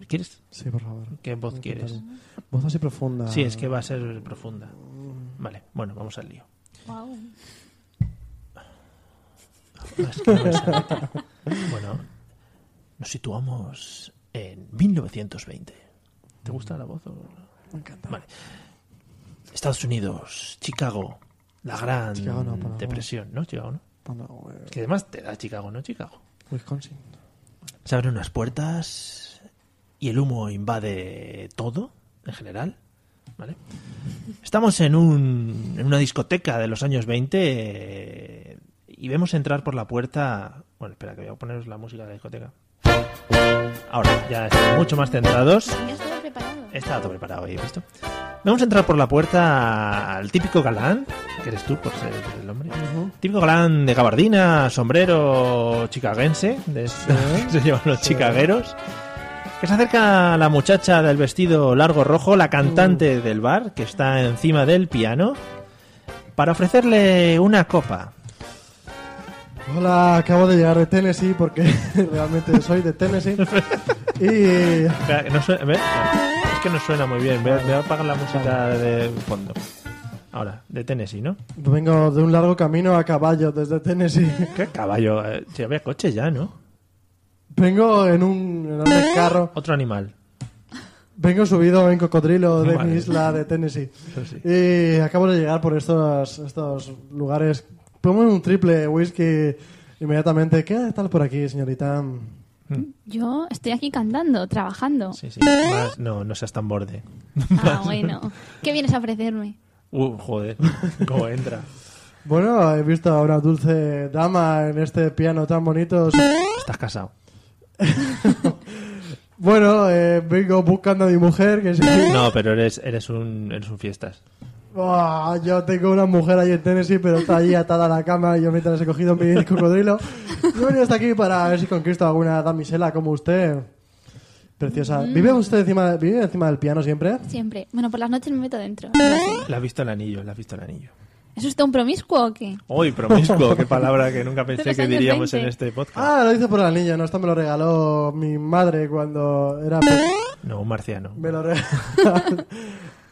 S1: ¿Quieres?
S2: Sí, por favor.
S1: ¿Qué voz quieres?
S2: Voz así profunda.
S1: Sí, es que va a ser profunda. Vale, bueno, vamos al lío.
S3: Guau.
S1: Es que no me sale. bueno, nos situamos en 1920. ¿Te gusta la voz? Me encanta. Vale. Estados Unidos, Chicago, la gran
S2: Chicago no, por favor.
S1: depresión, ¿no? Chicago, ¿no?
S2: Bueno, eh,
S1: Que además te da Chicago, ¿no? Chicago.
S2: Wisconsin.
S1: Se abren unas puertas y el humo invade todo, en general. ¿Vale? Estamos en, un, en una discoteca de los años 20 eh, y vemos entrar por la puerta... Bueno, espera, que voy a poneros la música de la discoteca. Ahora, ya estamos mucho más centrados.
S3: Tenías todo preparado.
S1: Estaba todo preparado ahí, ¿visto? Vamos a entrar por la puerta al típico galán, que eres tú por ser el hombre. Típico galán de gabardina, sombrero chicaguense, de estos [laughs] que se llevan los chicagueros. Que se acerca a la muchacha del vestido largo rojo, la cantante del bar, que está encima del piano, para ofrecerle una copa.
S2: Hola, acabo de llegar de Tennessee porque [laughs] realmente soy de Tennessee. y
S1: Espera, que no suena- ¿ves? Es que no suena muy bien. Voy a, voy a apagar la música de fondo. Ahora, de Tennessee, ¿no?
S2: vengo de un largo camino a caballo desde Tennessee.
S1: ¿Qué caballo? Eh, Si había coches ya, ¿no?
S2: Vengo en un enorme carro.
S1: Otro animal.
S2: Vengo subido en cocodrilo de
S1: Vale.
S2: mi isla de Tennessee.
S1: Eso sí.
S2: Y acabo de llegar por estos, estos lugares. Pongo un triple whisky inmediatamente. ¿Qué tal por aquí, señorita?
S3: Yo estoy aquí cantando, trabajando.
S1: Sí, sí. Más- no, no seas tan borde. [laughs]
S3: Ah, bueno. ¿Qué vienes a ofrecerme?
S1: Uh, joder. [laughs] ¿Cómo entra?
S2: Bueno, he visto a una dulce dama en este piano tan bonito.
S1: Estás casado.
S2: Bueno, eh, vengo buscando a mi mujer, que sí.
S1: No, pero eres, eres, un, eres un fiestas.
S2: Buah, yo tengo una mujer ahí en Tennessee, pero está allí atada a la cama y yo mientras he cogido mi [laughs] cocodrilo. Yo he venido hasta aquí para ver si conquisto alguna damisela como usted. Preciosa. ¿Vive usted encima, vive encima del piano siempre?
S3: Siempre. Bueno, por las noches me meto dentro. Pero sí.
S1: La has visto el anillo, la has visto el anillo.
S3: ¿Es usted un promiscuo o qué?
S1: Uy, promiscuo, qué palabra que nunca pensé
S3: los
S1: que
S3: años
S1: diríamos
S3: 20.
S1: en este podcast.
S2: Ah, lo hice por la niña, no, esto me lo regaló mi madre cuando era... pe-
S1: No, un marciano.
S2: Me lo regaló. [laughs]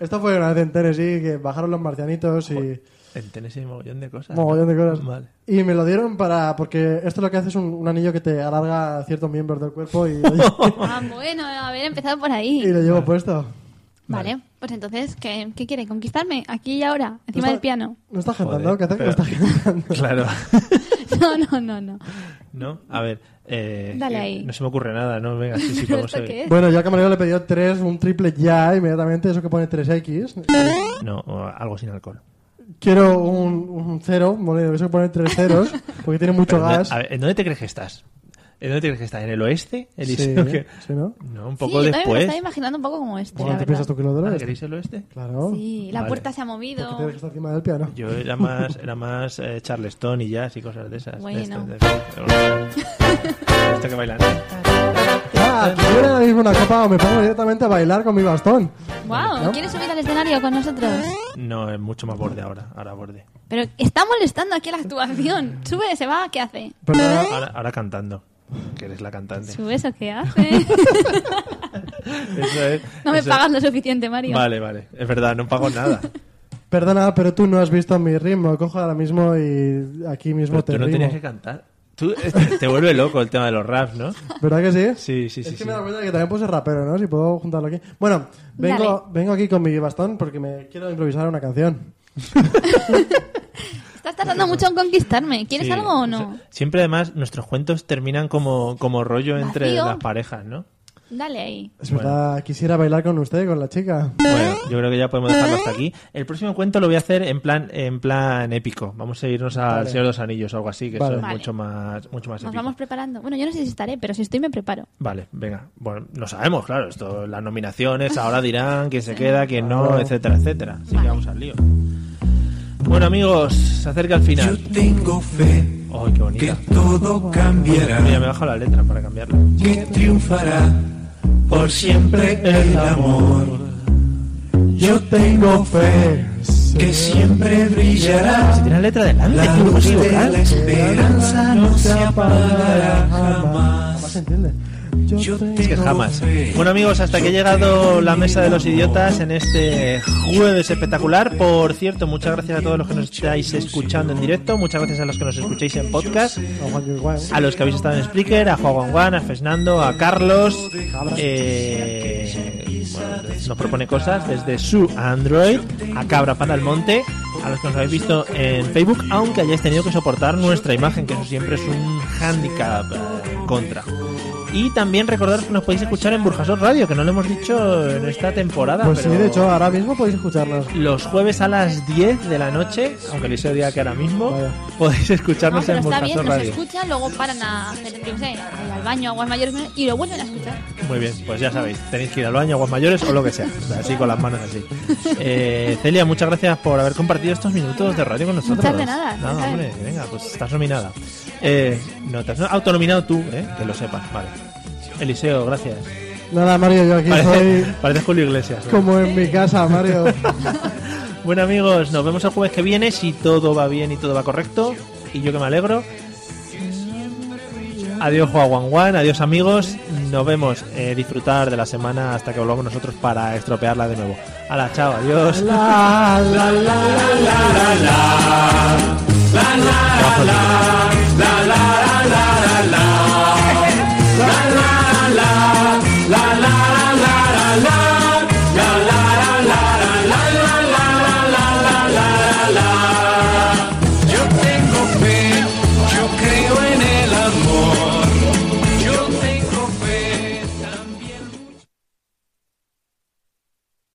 S2: Esto fue una vez en Tennessee que bajaron los marcianitos y...
S1: En Tennessee hay mogollón de cosas.
S2: Mogollón de cosas.
S1: Vale.
S2: Y me lo dieron para... Porque esto lo que hace es un, un anillo que te alarga ciertos miembros del cuerpo y, y
S3: Ah, bueno, haber empezado por ahí.
S2: lo llevo puesto.
S3: Vale, pues entonces, ¿qué, qué quiere? ¿Conquistarme? Aquí y ahora, encima
S2: [laughs]
S3: del piano. [laughs]
S2: ¿No estás
S1: Joder,
S2: cantando? ¿Qué haces?
S1: pero-
S2: ¿No estás
S1: [laughs]
S2: cantando?
S1: Claro.
S3: No, no, no, no.
S1: ¿No? A ver. eh,
S3: Dale
S1: eh,
S3: ahí.
S1: No se me ocurre nada, ¿no? Venga,
S3: [laughs]
S1: sí, sí, podemos
S3: ¿Esto
S1: seguir.
S3: qué es?
S2: Bueno, yo al camarero le pedí tres, un triple ya inmediatamente, eso que pone 3X.
S1: No, o algo sin alcohol.
S2: Quiero un, un cero, bueno, eso que pone tres ceros, porque tiene mucho
S1: Pero,
S2: gas.
S1: a ver, ¿En dónde te crees que estás? ¿En dónde te crees que estás? ¿En el oeste?
S2: Sí,
S1: Eliseo? ¿Qué? [laughs]
S2: sí, ¿no?
S1: No, un poco
S3: sí, yo también me lo
S1: después.
S3: estaba imaginando un poco como este,
S2: Bueno,
S3: la
S2: ¿te
S3: verdad.
S2: piensas tú que lo
S1: Ah,
S2: drogas?
S1: ¿Queréis el oeste?
S2: Claro.
S3: Sí, la
S1: Vale.
S3: puerta se ha movido.
S2: Porque tienes que estar encima del piano.
S1: Yo era más, era más eh, Charleston y jazz y cosas de esas.
S3: Bueno.
S1: De estas, de estas. Esto que bailan.
S2: Ah, quiero ahora mismo una copa o me pongo directamente a bailar con mi bastón.
S3: ¡Wow!
S2: ¿No?
S3: ¿Quieres subir al escenario con nosotros?
S1: No, es mucho más borde ahora. Ahora borde.
S3: Pero está molestando aquí la actuación. Sube, se va, ¿qué hace?
S2: Pero ahora-
S1: Ahora, ahora cantando. Que eres la cantante.
S3: Sube, eso qué hace?
S1: [laughs]
S3: [laughs]
S1: Eso es.
S3: no me
S1: eso-
S3: pagas lo suficiente, Mario.
S1: Vale, vale. Es verdad, no pago nada.
S2: perdona, pero tú no has visto mi ritmo. Cojo ahora mismo y aquí mismo
S1: Pero
S2: te
S1: tú no
S2: rimo.
S1: tenías que cantar. Tú eh, te, te vuelve loco el tema de los raps, ¿no?
S2: ¿Verdad que sí?
S1: Sí, sí, sí.
S2: es que
S1: sí.
S2: me he dado cuenta de que también puedo ser rapero, ¿no? Si puedo juntarlo aquí. Bueno, vengo, vengo aquí con mi bastón porque me quiero improvisar una canción.
S3: Estás tardando mucho en conquistarme. ¿Quieres
S1: Sí.
S3: algo o no?
S1: Siempre además nuestros cuentos terminan como, como rollo entre
S3: Vacío.
S1: las parejas, ¿no?
S3: Dale ahí.
S2: Es verdad, quisiera bailar con usted, con la chica.
S3: ¿Eh?
S1: Bueno, yo creo que ya podemos dejarlo hasta aquí. El próximo cuento lo voy a hacer en plan, en plan épico. Vamos a irnos al
S2: Vale.
S1: Señor de los Anillos o algo así, que
S2: Vale.
S1: eso es
S3: Vale.
S1: mucho más, mucho más
S3: Nos
S1: épico.
S3: vamos preparando. Bueno, yo no sé si estaré, pero si estoy me preparo.
S1: Vale, venga. Bueno, no sabemos, claro, esto, las nominaciones, ahora dirán quién se queda, quién no,
S2: Claro.
S1: etcétera, etcétera. Así que
S3: Ah. Vale.
S1: vamos al lío. Bueno, amigos, se acerca el
S5: Yo
S1: final.
S5: tengo fe
S1: ¡Ay, qué
S5: que
S1: bonita! Mira, me
S5: todo cambiará,
S1: bajo la letra para cambiarla.
S5: que triunfará por siempre el amor. Yo tengo fe que siempre
S1: Si
S5: brillará.
S1: tiene la letra delante,
S5: La
S1: tío, ¿cómo
S5: luz
S1: se
S5: de
S1: equivocan?
S5: la esperanza no se apagará
S2: Jamás
S5: jamás.
S2: se entiende. Yo
S5: Yo
S2: tengo-
S1: Es que
S5: tengo
S1: jamás.
S5: fe.
S1: Bueno amigos, hasta que ha llegado la mesa de los idiotas en este jueves espectacular. Por cierto, muchas gracias a todos los que nos estáis escuchando en directo, muchas gracias a los que nos escucháis en podcast,
S2: A Juan Luis Guay.
S1: a los que habéis estado en Spreaker, a Juan Juan Juan, a Fernando, a Carlos. eh, bueno, nos propone cosas desde su Android, a Cabra para el Monte, a los que nos habéis visto en Facebook, aunque hayáis tenido que soportar nuestra imagen, que eso siempre es un handicap eh, en contra. Y también recordad que nos podéis escuchar en Burjasot Radio, que no lo hemos dicho en esta temporada.
S2: Pues
S1: pero
S2: sí, de hecho, ahora mismo
S1: [laughs]
S2: podéis escucharnos.
S1: Los jueves a las 10 de la noche, aunque el Eliseo diga que ahora mismo,
S2: Vaya.
S1: podéis
S3: No,
S1: escucharnos
S3: pero
S1: en
S3: está
S1: Burjasot
S3: bien, nos
S1: Radio.
S3: escuchan, luego paran a hacer, yo qué sé, a ir al baño, aguas mayores y lo vuelven a escuchar.
S1: Muy bien, pues ya sabéis, tenéis que ir al baño, aguas mayores o lo que sea, O sea, así con las manos así. Eh, Celia, muchas gracias por haber compartido estos minutos de radio con nosotros.
S3: Muchas de nada,
S1: No,
S3: ya sabes.
S1: hombre, venga, pues estás nominada. Eh, no, te has autonominado tú, eh, que lo sepas, vale. Eliseo, gracias.
S2: Nada, Mario, yo aquí
S1: Parece,
S2: soy
S1: parece Julio Iglesias. ¿no?
S2: como en mi casa, Mario.
S1: Bueno amigos, nos vemos el jueves que viene si todo va bien y todo va correcto. Y yo que me alegro. Adiós Juan Juan Juan, adiós amigos. Nos vemos eh, disfrutar de la semana hasta que volvamos nosotros para estropearla de nuevo. Hala, chao, adiós.
S2: La, la, la, la, la.